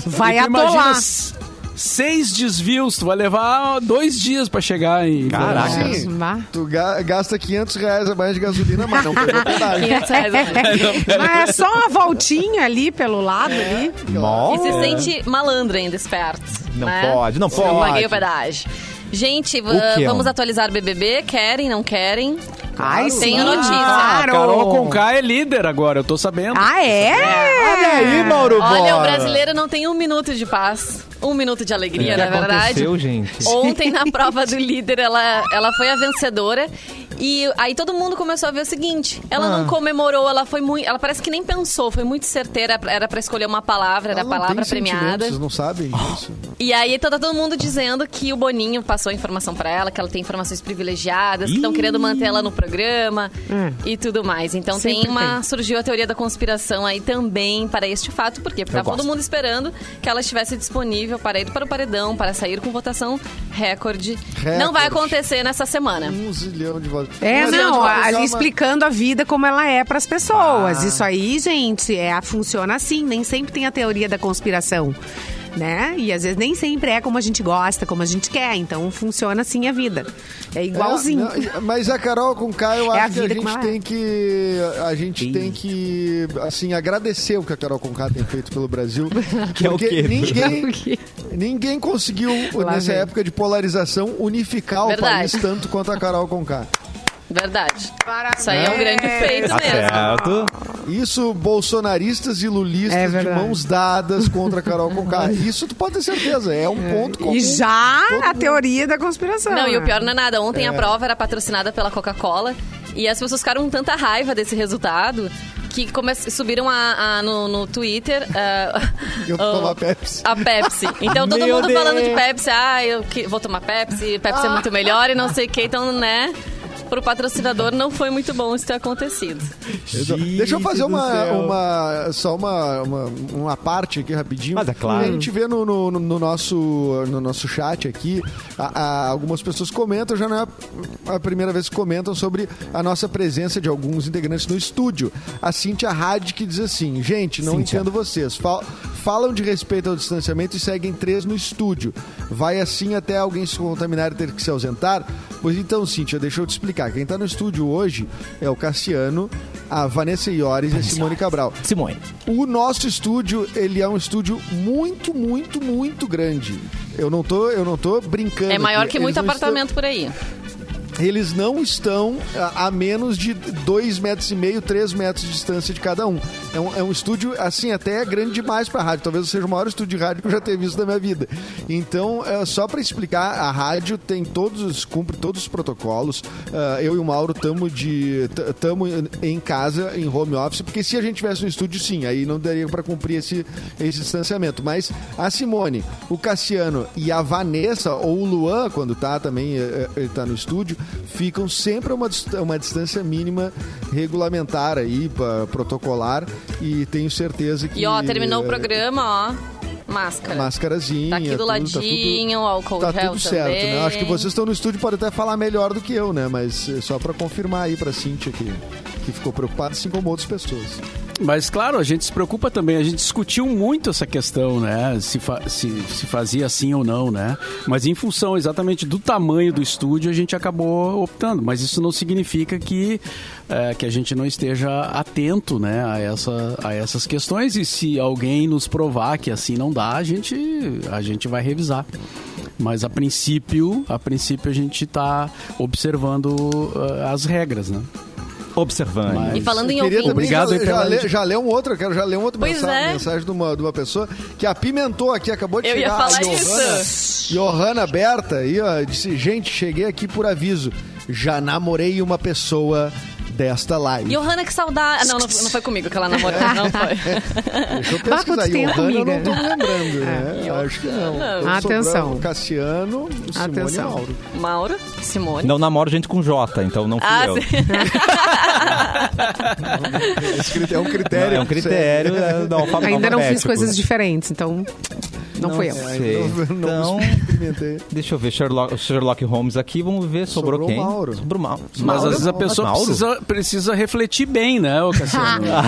Speaker 2: Vai
Speaker 3: E tu imagina assim,
Speaker 2: atolar.
Speaker 3: s- Seis desvios, tu vai levar dois dias pra chegar em.
Speaker 6: Caraca.
Speaker 4: Sim,
Speaker 2: Vá.
Speaker 4: tu ga- gasta 500 reais a mais de gasolina, mas não pegou pedágio.
Speaker 5: 500
Speaker 6: é
Speaker 5: reais a mais.
Speaker 2: Mas é só uma voltinha ali pelo lado ali.
Speaker 6: Mó-
Speaker 5: é E se sente malandro ainda, esperto.
Speaker 6: É. Não
Speaker 5: né?
Speaker 6: pode, não
Speaker 5: Eu
Speaker 6: pode.
Speaker 5: paguei o pedágio. Gente, v-
Speaker 1: O que é
Speaker 5: vamos
Speaker 1: um-
Speaker 5: atualizar o BBB? Querem, não querem?
Speaker 2: Ai, sim.
Speaker 5: Tenho notícia.
Speaker 3: Ah,
Speaker 2: Claro.
Speaker 3: Carol Conká é líder agora, eu tô sabendo.
Speaker 2: Ah, é?
Speaker 1: Olha aí, Mauro
Speaker 5: Olha,
Speaker 1: Borba.
Speaker 5: o brasileiro não tem um minuto de paz. Um minuto de alegria,
Speaker 1: O que
Speaker 5: na verdade.
Speaker 1: aconteceu, gente?
Speaker 5: Ontem, na prova do líder, ela, ela foi a vencedora. E aí todo mundo começou a ver o seguinte: ela não comemorou, ela foi muito. Ela parece que nem pensou, foi muito certeira. Era pra escolher uma palavra, era a
Speaker 4: Ela não
Speaker 5: palavra
Speaker 4: tem sentimentos, Ah,
Speaker 5: premiada.
Speaker 4: Vocês não sabem disso.
Speaker 5: E aí tá tá todo mundo dizendo que o Boninho passou a informação pra ela, que ela tem informações privilegiadas, que estão querendo manter ela no programa e tudo mais. Então tem
Speaker 2: Sempre
Speaker 5: uma
Speaker 2: tem.
Speaker 5: surgiu a teoria da conspiração aí também para este fato, por quê? Porque
Speaker 1: Eu
Speaker 5: tava todo
Speaker 1: gosto.
Speaker 5: mundo esperando que ela estivesse disponível para ir para o paredão, para sair com votação recorde. Não vai
Speaker 4: Recorde.
Speaker 5: acontecer nessa semana.
Speaker 4: Um zilhão de votos.
Speaker 2: É,
Speaker 4: Mas eu
Speaker 2: não,
Speaker 4: vou
Speaker 2: ali
Speaker 4: usar uma-
Speaker 2: explicando a vida como ela é pras pessoas. Isso aí, gente, é, funciona assim. Nem sempre tem a teoria da conspiração, né? E às vezes nem sempre é como a gente gosta, como a gente quer. Então funciona assim a vida. É igualzinho.
Speaker 4: É, não, mas a Carol com K, eu
Speaker 2: É a
Speaker 4: acho que a
Speaker 2: vida como
Speaker 4: gente
Speaker 2: ela é.
Speaker 4: tem que. A gente tem que, assim, agradecer o que a Carol com K tem feito pelo Brasil.
Speaker 1: Que é o
Speaker 4: porque
Speaker 1: quê?
Speaker 4: ninguém,
Speaker 2: O quê?
Speaker 4: ninguém conseguiu,
Speaker 2: Lá
Speaker 4: nessa
Speaker 2: vem.
Speaker 4: época de polarização, unificar
Speaker 5: Verdade.
Speaker 4: o país tanto quanto a Carol com K.
Speaker 5: Verdade. Isso aí é um grande feito
Speaker 1: Tá
Speaker 5: mesmo.
Speaker 1: certo.
Speaker 4: Isso, bolsonaristas e lulistas
Speaker 2: É
Speaker 4: de
Speaker 2: verdade.
Speaker 4: mãos dadas contra a Carol com K. Isso tu pode ter certeza, é um ponto comum.
Speaker 2: E já
Speaker 4: Todo
Speaker 2: a
Speaker 4: mundo.
Speaker 2: teoria da conspiração.
Speaker 5: Não, e o
Speaker 2: né?
Speaker 5: pior não é nada. Ontem a prova era patrocinada pela Coca-Cola e as pessoas ficaram com tanta raiva desse resultado que come- subiram a, a- no, no Twitter ah,
Speaker 4: Eu vou
Speaker 5: ah,
Speaker 4: tomar Pepsi.
Speaker 5: a Pepsi. Então todo
Speaker 1: Meu
Speaker 5: mundo
Speaker 1: Deus.
Speaker 5: falando de Pepsi. Ah, eu que- vou tomar Pepsi,
Speaker 4: Ah.
Speaker 5: Pepsi é muito melhor e não sei o que. Então, né, pro patrocinador não foi muito bom isso ter acontecido.
Speaker 4: Então,
Speaker 1: Gente
Speaker 4: Deixa eu fazer
Speaker 1: do
Speaker 4: uma,
Speaker 1: céu.
Speaker 4: uma só uma, uma, uma parte aqui rapidinho.
Speaker 1: Mas é claro.
Speaker 4: A gente vê no, no, no nosso, no nosso chat aqui, a- a- algumas pessoas comentam, já não é a primeira vez que comentam sobre a nossa presença de alguns integrantes no estúdio. A Cintia Had que diz assim, gente, não
Speaker 1: Cíntia.
Speaker 4: entendo vocês. Fal- falam de respeito ao distanciamento e seguem três no estúdio. Vai assim até alguém se contaminar e ter que se ausentar? Pois então, Cíntia, deixa eu te explicar. Quem tá no estúdio hoje é o Cassiano, a Vanessa Iores e a Simone Cabral.
Speaker 1: Simone.
Speaker 4: O nosso estúdio, ele é um estúdio muito, muito, muito grande. Eu não tô, eu não tô brincando.
Speaker 5: É maior
Speaker 4: aqui.
Speaker 5: que
Speaker 4: Eles
Speaker 5: muito
Speaker 4: não estão-
Speaker 5: apartamento por aí.
Speaker 4: eles não estão a, a menos de 2 metros e meio, 3 metros de distância de cada um. É um, é um estúdio, assim, até grande demais para rádio. Talvez seja o maior estúdio de rádio que eu já tenha visto na minha vida. Então, é, só para explicar, a rádio tem todos, os- cumpre todos os protocolos. Ah, eu e o Mauro estamos de t- tamo em- em casa, em home office, porque se a gente tivesse no estúdio, sim, aí não daria para cumprir esse, esse distanciamento. Mas a Simone, o Cassiano e a Vanessa, ou o Luan, quando tá também, eh, eh, ele tá no estúdio, ficam sempre a uma, dist- uma distância mínima regulamentar aí, pra, protocolar, e tenho certeza que...
Speaker 5: E ó, terminou o
Speaker 4: eh,
Speaker 5: programa, ó. Máscara.
Speaker 4: Máscarazinha.
Speaker 5: Tá aqui do
Speaker 4: tudo, tá tudo-
Speaker 5: ladinho, álcool
Speaker 4: Tá
Speaker 5: gel
Speaker 4: tudo certo,
Speaker 5: também.
Speaker 4: né? Acho que vocês estão no estúdio podem até falar melhor do que eu, né? Mas eh, só pra confirmar aí pra Cintia que, que ficou preocupada, assim como outras pessoas.
Speaker 3: Mas claro, a gente se preocupa também, a gente discutiu muito essa questão, né? Se, fa- se, se fazia assim ou não, né? Mas em função exatamente do tamanho do estúdio, a gente acabou optando. Mas isso não significa que, eh, que a gente não esteja atento né, a, essa, a essas questões. E se alguém nos provar que assim não dá, a gente, a gente vai revisar. Mas a princípio, a princípio a gente está observando eh, as regras, né?
Speaker 1: Observando.
Speaker 3: Mas-
Speaker 5: E falando em
Speaker 4: Eu queria
Speaker 5: ouvinte,
Speaker 4: também
Speaker 3: Obrigado
Speaker 4: já,
Speaker 3: aí pela-
Speaker 4: já, le- já leu um outro, eu quero já ler um outro
Speaker 5: Pois
Speaker 4: mensagem,
Speaker 5: é.
Speaker 4: mensagem de uma, de uma pessoa que apimentou aqui, acabou de
Speaker 5: Eu ia
Speaker 4: chegar.
Speaker 5: falar
Speaker 4: a Johanna, Johanna Berta aí, ó, disse, gente, cheguei aqui por aviso, já namorei uma pessoa desta live.
Speaker 5: Johanna, que saudade. Ah, Não, não, não foi comigo que ela namorou, não foi.
Speaker 4: Deixa eu
Speaker 2: Bah,
Speaker 4: pesquisar,
Speaker 2: quanto tempo,
Speaker 4: Johanna eu não
Speaker 2: amiga?
Speaker 4: tô me lembrando, né?
Speaker 5: Ah,
Speaker 4: Acho que não. Então,
Speaker 2: Atenção.
Speaker 4: sobrou Cassiano, Simone
Speaker 2: Atenção.
Speaker 4: e Mauro.
Speaker 5: Mauro, Simone.
Speaker 1: Não namoro gente com J, então não fui
Speaker 5: Ah,
Speaker 1: eu.
Speaker 5: sim.
Speaker 4: Esse crit- É um critério.
Speaker 1: É um critério é, do alfabeto
Speaker 2: Ainda não fiz
Speaker 1: alfabético.
Speaker 6: né?
Speaker 2: coisas diferentes, então não, foi eu.
Speaker 4: É,
Speaker 1: Sei.
Speaker 4: não, não
Speaker 1: Então-
Speaker 4: experimentei.
Speaker 1: Deixa eu ver Sherlock, Sherlock Holmes aqui, vamos ver, sobrou,
Speaker 4: Sobrou
Speaker 1: quem?
Speaker 4: Mauro.
Speaker 1: Sobrou Mauro.
Speaker 3: Mas
Speaker 6: é
Speaker 3: às vezes a
Speaker 1: Mauro?
Speaker 3: pessoa
Speaker 1: Mauro?
Speaker 3: precisa, precisa refletir bem, né, ô Cassiano? Não é?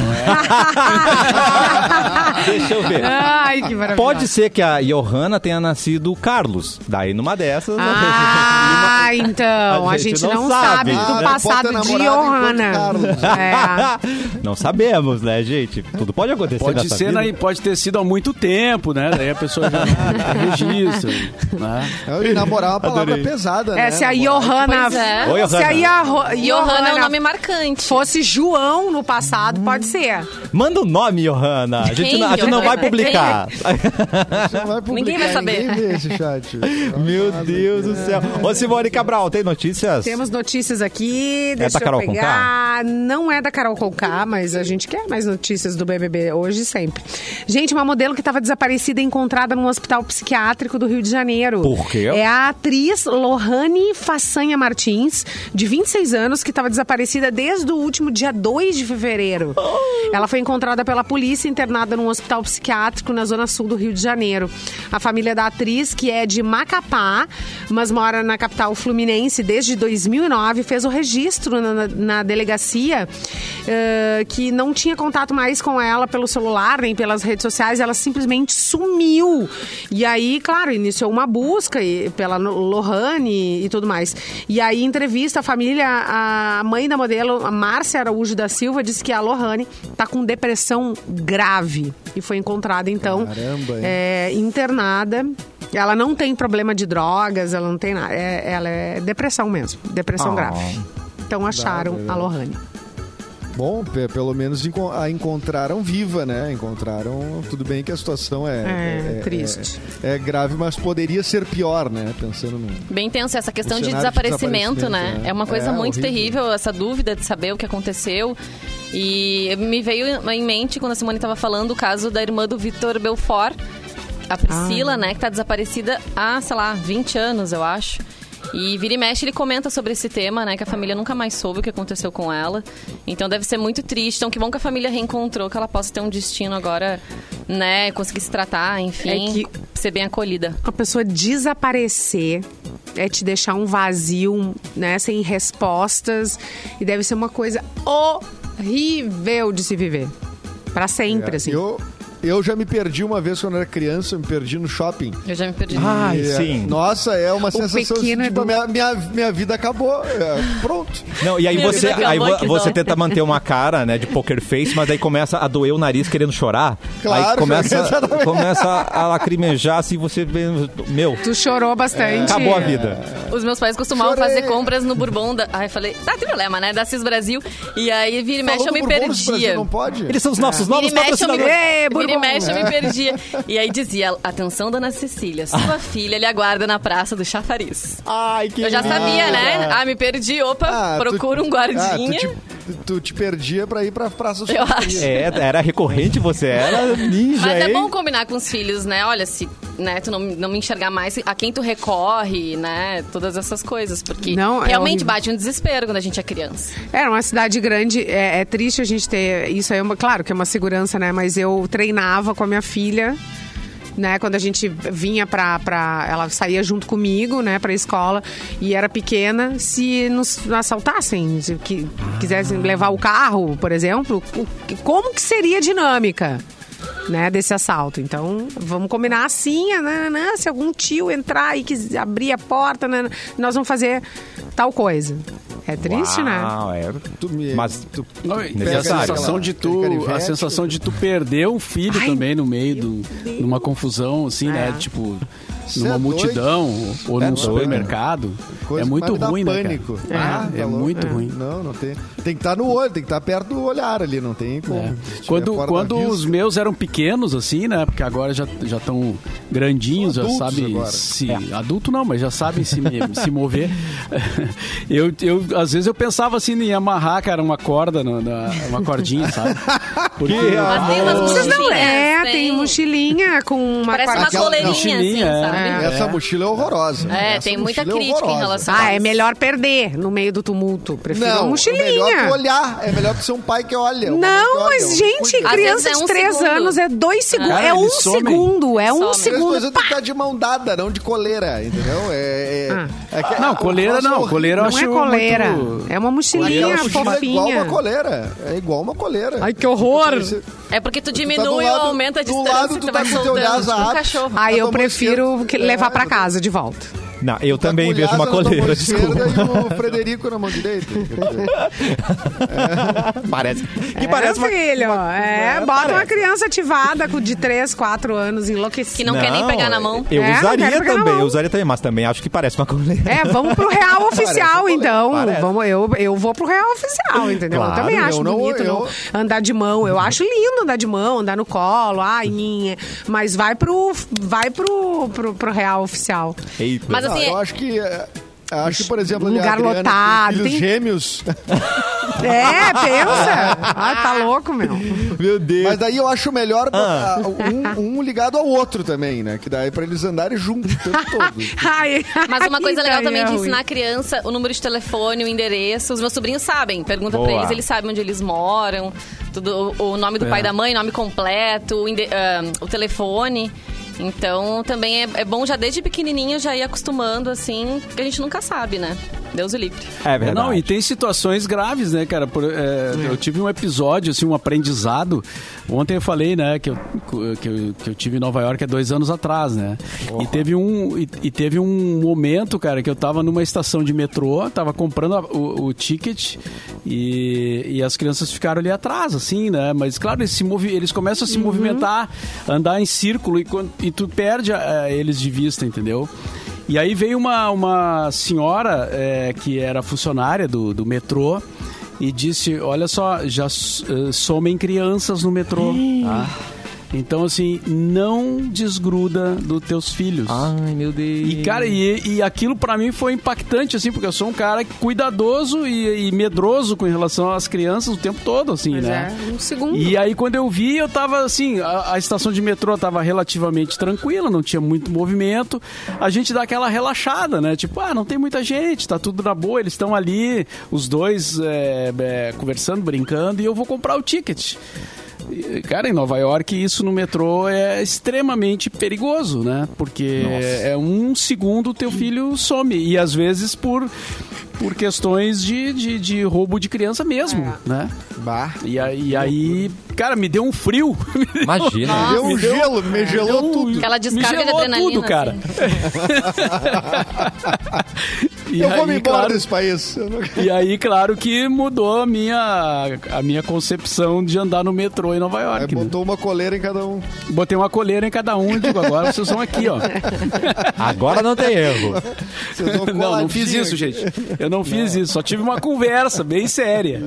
Speaker 1: Deixa eu ver.
Speaker 6: é.
Speaker 2: Ai, que maravilha.
Speaker 1: Pode ser que a Johanna tenha nascido o Carlos. Daí numa dessas.
Speaker 2: Ah, Ah, então. A gente, não, sabe,
Speaker 4: Ah,
Speaker 2: do
Speaker 4: não
Speaker 2: passado
Speaker 4: bota
Speaker 2: de
Speaker 4: namorado
Speaker 2: Johanna.
Speaker 4: enquanto Carlos.
Speaker 2: É.
Speaker 6: Não sabemos, né, gente? Tudo pode acontecer
Speaker 3: Pode
Speaker 6: nessa
Speaker 3: ser,
Speaker 6: vida.
Speaker 3: né, pode ter sido há muito tempo, né? Daí a pessoa já registra. Né?
Speaker 4: É, e namorar é uma palavra
Speaker 6: Adorei.
Speaker 4: pesada, né?
Speaker 2: É, se a
Speaker 4: Namorar.
Speaker 2: Johanna.
Speaker 5: Pois
Speaker 6: Oi,
Speaker 5: é.
Speaker 2: Se a Ro-
Speaker 5: Johanna é um
Speaker 2: Johanna
Speaker 5: nome marcante.
Speaker 2: fosse João no passado, pode ser.
Speaker 6: Manda o nome, Johanna. A gente,
Speaker 5: Quem,
Speaker 6: não, a gente não
Speaker 5: Johanna?
Speaker 6: vai publicar.
Speaker 4: Você não vai publicar,
Speaker 5: Ninguém vai saber.
Speaker 4: Ninguém vê esse chat.
Speaker 6: Meu Deus do céu. Ô, Simone Cabral, tem notícias?
Speaker 2: Temos notícias aqui. Deixa
Speaker 6: da Carol
Speaker 2: eu pegar. Não é da Carol Conká, mas a gente quer mais notícias do BBB hoje e sempre. Gente, uma modelo que estava desaparecida é encontrada num hospital psiquiátrico do Rio de Janeiro.
Speaker 6: Por quê?
Speaker 2: É a atriz Lohane Façanha Martins, de 26 anos, que estava desaparecida desde o último dia 2 de fevereiro. Ela foi encontrada pela polícia internada num hospital psiquiátrico na zona sul do Rio de Janeiro. A família da atriz, que é de Macapá, mas mora na capital fluminense desde 2009, fez o registro na, na- na delegacia eh, que não tinha contato mais com ela pelo celular nem pelas redes sociais. Ela simplesmente sumiu. E aí, claro, iniciou uma busca e- pela No- Lohane e tudo mais. E aí, em entrevista, a família, a mãe da modelo, a Márcia Araújo da Silva, disse que a Lohane tá com depressão grave e foi encontrada, então,
Speaker 4: Caramba, hein?
Speaker 2: é, internada. Ela não tem problema de drogas, ela não tem nada. É- ela é depressão mesmo,
Speaker 4: Ah.
Speaker 2: depressão grave. Então acharam
Speaker 4: né?
Speaker 2: a Lohane.
Speaker 4: Bom, pe- pelo menos enco- a encontraram viva, né? Encontraram. Tudo bem que a situação é.
Speaker 2: É, triste.
Speaker 4: É, é grave, mas poderia ser pior, né? Pensando no.
Speaker 5: Bem tenso essa questão
Speaker 4: O
Speaker 5: de
Speaker 4: cenário de
Speaker 5: desaparecimento, né?
Speaker 4: desaparecimento, né?
Speaker 5: É uma coisa
Speaker 4: É,
Speaker 5: muito
Speaker 4: horrível.
Speaker 5: terrível, essa dúvida de saber o que aconteceu. E me veio em mente, quando a Simone estava falando, o caso da irmã do Vitor Belfort, a Priscila,
Speaker 4: Ah.
Speaker 5: né? Que tá desaparecida há, sei lá, 20 anos, eu acho. E vira e mexe, ele comenta sobre esse tema, né? Que a família nunca mais soube o que aconteceu com ela. Então deve ser muito triste. Então que bom que a família reencontrou, que ela possa ter um destino agora, né? Conseguir se tratar, enfim.
Speaker 2: É que-
Speaker 5: Ser bem acolhida.
Speaker 2: A pessoa desaparecer é te deixar um vazio, né? Sem respostas. E deve ser uma coisa horrível de se viver. Pra sempre,
Speaker 6: É,
Speaker 2: assim.
Speaker 4: Eu, eu já me perdi uma vez quando era criança, eu me perdi no shopping.
Speaker 5: Eu já me perdi.
Speaker 6: Ai,
Speaker 4: E, é,
Speaker 6: sim.
Speaker 4: Nossa, é uma sensação.
Speaker 2: pequeno
Speaker 4: Assim, tipo,
Speaker 2: Edu.
Speaker 4: minha, minha, minha vida acabou. é, pronto.
Speaker 6: Não, e aí
Speaker 5: Meu
Speaker 6: você,
Speaker 5: Deus,
Speaker 6: aí
Speaker 5: acabou
Speaker 6: vo-
Speaker 5: que
Speaker 6: você
Speaker 5: dói.
Speaker 6: tenta manter uma cara, né, de poker face, mas aí começa a doer o nariz querendo chorar.
Speaker 4: Claro,
Speaker 6: aí começa,
Speaker 4: exatamente.
Speaker 6: começa a lacrimejar, assim, você vê, meu,
Speaker 2: Tu chorou bastante.
Speaker 6: É. acabou a vida.
Speaker 5: Os meus pais costumavam
Speaker 4: Chorei.
Speaker 5: fazer compras no Bourbon da... Ai, falei, tá, tem problema, né? Da Cis Brasil. E aí, vira e mexe,
Speaker 4: Falou
Speaker 5: eu
Speaker 4: do
Speaker 5: me
Speaker 4: Bourbon, esse Brasil
Speaker 5: perdia.
Speaker 4: Não É, pode?
Speaker 6: Eles são os nossos novos
Speaker 5: Vira e mexe, eu me, um
Speaker 6: patrocinadores.
Speaker 2: Ei,
Speaker 5: vira e
Speaker 2: Bourbon.
Speaker 5: mexe, eu me perdia. E aí dizia, atenção, dona Cecília,
Speaker 4: Ah.
Speaker 5: sua filha lhe aguarda na praça do chafariz.
Speaker 6: Ai, que
Speaker 5: Eu já sabia, né?
Speaker 4: cara.
Speaker 5: Ah, me perdi, opa,
Speaker 4: Ah,
Speaker 5: procura um guardinha.
Speaker 4: Ah, tu, tipo, te, tu te perdia pra ir pra praça do
Speaker 5: Eu
Speaker 4: Shopping.
Speaker 5: acho.
Speaker 6: É, era recorrente você, era ninja,
Speaker 5: Mas é
Speaker 6: hein?
Speaker 5: bom combinar com os filhos, né? Olha, se né, tu não, não me enxergar mais, a quem tu recorre, né? Todas essas coisas. Porque
Speaker 2: Não, é
Speaker 5: realmente
Speaker 2: horrível.
Speaker 5: bate um desespero quando a gente é criança.
Speaker 2: Era uma cidade grande, é, é triste a gente ter. Isso aí é uma, claro que é uma segurança, né? Mas eu treinava com a minha filha. Né, quando a gente vinha pra, pra. Ela saía junto comigo, né, pra escola, e era pequena. Se nos assaltassem, se que, quisessem levar o carro, por exemplo, o que- como que seria a dinâmica né, desse assalto? Então, vamos combinar assim, ah, nananã, se algum tio entrar e quiser abrir a porta, nananã, nós vamos fazer tal coisa. É triste, né?
Speaker 6: Uau, é.
Speaker 4: Tu me-
Speaker 6: Mas
Speaker 4: tu-
Speaker 3: Não, e
Speaker 4: pega
Speaker 3: a sensação
Speaker 4: aquela-
Speaker 3: de
Speaker 4: aquele
Speaker 3: tu, a
Speaker 4: canivete.
Speaker 3: sensação de tu perder o filho
Speaker 2: Ai,
Speaker 3: também no meio do, numa confusão assim,
Speaker 2: É.
Speaker 3: né? Tipo
Speaker 4: Cê é
Speaker 3: numa
Speaker 4: doido.
Speaker 3: multidão ou
Speaker 6: É
Speaker 3: num
Speaker 6: doido.
Speaker 3: supermercado.
Speaker 4: né? Coisa
Speaker 3: é
Speaker 4: que
Speaker 3: muito
Speaker 4: vai me dar
Speaker 3: ruim, né, cara?
Speaker 4: pânico.
Speaker 3: É,
Speaker 4: Ah,
Speaker 3: é
Speaker 4: tá louco.
Speaker 3: muito ruim.
Speaker 4: Não, não tem. Tem que estar no olho, tem que estar perto do olhar ali, não tem como.
Speaker 3: É.
Speaker 4: Se tiver
Speaker 3: Quando,
Speaker 4: fora da
Speaker 3: quando
Speaker 4: vista.
Speaker 3: os meus eram pequenos, assim, né? Porque agora já já estão grandinhos,
Speaker 4: São
Speaker 3: já
Speaker 4: adultos
Speaker 3: sabem
Speaker 4: agora.
Speaker 3: se. É. Adulto não, mas já sabem se, me- se mover. Eu, eu, às vezes eu pensava assim em amarrar, cara, uma corda, na, na- uma cordinha, sabe? Porque
Speaker 5: Mas tem umas
Speaker 2: Vocês não
Speaker 5: mochilinhas,
Speaker 2: é, tem mochilinha com uma
Speaker 5: Parece uma
Speaker 4: Aquela-
Speaker 5: coleirinha,
Speaker 3: Mochilinha, é.
Speaker 5: assim, sabe?
Speaker 4: Essa mochila é horrorosa.
Speaker 5: É,
Speaker 4: Essa
Speaker 5: tem muita
Speaker 4: mochila é
Speaker 5: crítica em
Speaker 4: horrorosa.
Speaker 5: relação a
Speaker 2: Ah, é
Speaker 5: isso.
Speaker 2: melhor perder no meio do tumulto. Prefiro uma
Speaker 4: Não, é melhor tu
Speaker 2: mochilinha.
Speaker 4: olhar. É melhor tu ser um pai que olha. uma mãe que
Speaker 2: Não,
Speaker 4: olha,
Speaker 2: mas
Speaker 4: um-
Speaker 2: gente,
Speaker 5: Às
Speaker 2: criança
Speaker 5: vezes é
Speaker 2: de
Speaker 5: um
Speaker 2: 3
Speaker 5: segundo.
Speaker 2: anos é 2 segundos.
Speaker 3: Cara,
Speaker 2: é
Speaker 3: eles
Speaker 2: 1
Speaker 3: somem.
Speaker 2: segundo, é 1
Speaker 5: Somem.
Speaker 4: As coisas
Speaker 2: segundo.
Speaker 4: tem que estar de mão dada, não de coleira, entendeu? É, é- é que-
Speaker 3: Ah. Não,
Speaker 4: o
Speaker 3: coleira
Speaker 4: troço é
Speaker 3: não.
Speaker 4: horrível.
Speaker 3: Coleira eu
Speaker 2: Não
Speaker 3: acho
Speaker 2: é coleira,
Speaker 3: muito-
Speaker 2: é uma mochilinha
Speaker 4: Aquela mochila É igual
Speaker 2: fofinha.
Speaker 4: uma coleira. É igual uma coleira.
Speaker 2: Ai, que horror!
Speaker 4: Você-
Speaker 5: É porque tu
Speaker 4: tá do
Speaker 5: diminui
Speaker 4: lado-
Speaker 5: ou aumenta a
Speaker 4: do
Speaker 5: distância
Speaker 4: lado
Speaker 5: que
Speaker 4: tu
Speaker 5: tu
Speaker 4: tá
Speaker 5: vai
Speaker 4: com teu
Speaker 5: soltando,
Speaker 4: braço
Speaker 5: tipo um
Speaker 4: apto.
Speaker 5: cachorro.
Speaker 2: Aí eu
Speaker 4: Eu tô
Speaker 2: prefiro
Speaker 4: mosqueiro.
Speaker 2: que- levar pra casa de volta.
Speaker 6: Não, eu
Speaker 4: Tá
Speaker 6: também
Speaker 4: com o
Speaker 6: vejo uma
Speaker 4: Lhasa na tua né? mão
Speaker 6: coleira,
Speaker 4: esquerda
Speaker 6: desculpa.
Speaker 4: E o Frederico na mão direita.
Speaker 6: Parece. Que
Speaker 2: é,
Speaker 6: parece uma...
Speaker 2: filho. é, bota uma criança ativada com- de 3, 4 anos enlouquecida.
Speaker 5: Que não, quer nem pegar na mão.
Speaker 6: Eu
Speaker 2: É, não
Speaker 6: usaria
Speaker 2: quero pegar na
Speaker 6: também,
Speaker 2: mão.
Speaker 6: eu usaria também, mas também acho que parece uma coleira.
Speaker 2: É, vamos pro real oficial, então.
Speaker 6: parece.
Speaker 2: Vamos, eu, eu vou pro real oficial, entendeu?
Speaker 6: Claro,
Speaker 2: eu também
Speaker 4: eu
Speaker 2: acho
Speaker 4: não-
Speaker 2: bonito
Speaker 4: eu-
Speaker 2: não andar de mão. Eu acho lindo andar de mão, andar no colo, ai, minha. Mas vai pro. Vai pro, pro, pro real oficial.
Speaker 6: Eita.
Speaker 5: Mas assim,
Speaker 4: Ah, eu acho que... é, Acho que, por exemplo,
Speaker 2: Um
Speaker 4: ali
Speaker 2: lugar
Speaker 4: a Adriana, que tem
Speaker 2: lotado,
Speaker 4: filhos
Speaker 2: tem-
Speaker 4: gêmeos.
Speaker 2: É, pensa. Ah, tá louco, meu.
Speaker 6: Meu Deus.
Speaker 4: Mas daí eu acho melhor botar um, um ligado ao outro também, né? Que daí pra eles andarem juntos o tempo todo.
Speaker 2: Ai,
Speaker 5: Mas uma coisa
Speaker 2: ai,
Speaker 5: legal também é
Speaker 2: é
Speaker 5: de
Speaker 2: ruim.
Speaker 5: ensinar a criança o número de telefone, o endereço. Os meus sobrinhos sabem. Pergunta pra
Speaker 6: Boa.
Speaker 5: eles, eles sabem onde eles moram, tudo, o o nome do
Speaker 3: É.
Speaker 5: pai e da mãe, nome completo, o, ende- ahn, o telefone. Então também é, é bom já desde pequenininho já ir acostumando, assim, que a gente nunca sabe, né? Deus o livre.
Speaker 6: É verdade.
Speaker 3: Não, e tem situações graves, né, cara? Por, é, Eu tive um episódio, assim, um aprendizado. Ontem eu falei, né, que eu, que eu, que eu tive em Nova York há dois anos atrás, né? E teve, um, e, e teve um momento, cara, que eu tava numa estação de metrô, tava comprando a- o, o ticket e, e as crianças ficaram ali atrás, assim, né? Mas, claro, eles, se movi eles começam a se movimentar, andar em círculo e, quando- e tu perde eh, eles de vista, entendeu? E aí veio uma, uma senhora é, que era funcionária do, do metrô e disse: Olha só, já s- eh, somem crianças no metrô. tá? Então, assim, não desgruda dos teus filhos.
Speaker 6: Ai, meu Deus.
Speaker 3: E, cara, e, e aquilo pra mim foi impactante, assim, porque eu sou um cara cuidadoso e, e medroso com relação às crianças o tempo todo, assim,
Speaker 2: Pois
Speaker 3: né?
Speaker 2: é, um segundo.
Speaker 3: E aí, quando eu vi, eu tava assim, a, a estação de metrô tava relativamente tranquila, não tinha muito movimento. A gente dá aquela relaxada, né? Tipo, ah, não tem muita gente, tá tudo na boa, eles estão ali, os dois é, é, conversando, brincando, e eu vou comprar o ticket. E, Cara, em Nova York, isso no metrô é extremamente perigoso, né? Porque é um segundo teu filho some. E às vezes por, por questões de, de, de roubo de criança mesmo, né?
Speaker 4: Bah.
Speaker 3: E aí, e aí, cara, me deu um frio.
Speaker 6: Imagina.
Speaker 4: Deu um gelo, me gelou tudo.
Speaker 5: Aquela descarga
Speaker 3: me gelou
Speaker 5: de adrenalina, assim.
Speaker 3: tudo, cara. E
Speaker 4: Eu vou me
Speaker 3: aí,
Speaker 4: embora
Speaker 3: claro,
Speaker 4: desse país. Eu não-
Speaker 3: e aí, claro que mudou a minha, a minha concepção de andar no metrô em Nova
Speaker 4: Aí
Speaker 3: York. né?
Speaker 4: botou uma coleira em cada um.
Speaker 3: Botei uma coleira em cada um e digo, agora vocês são aqui, ó.
Speaker 6: Agora não tem erro.
Speaker 4: Vocês vão
Speaker 3: Não, não
Speaker 4: coladinho
Speaker 3: fiz isso,
Speaker 4: aqui. né?
Speaker 3: gente. Eu não fiz isso, só tive uma conversa bem séria.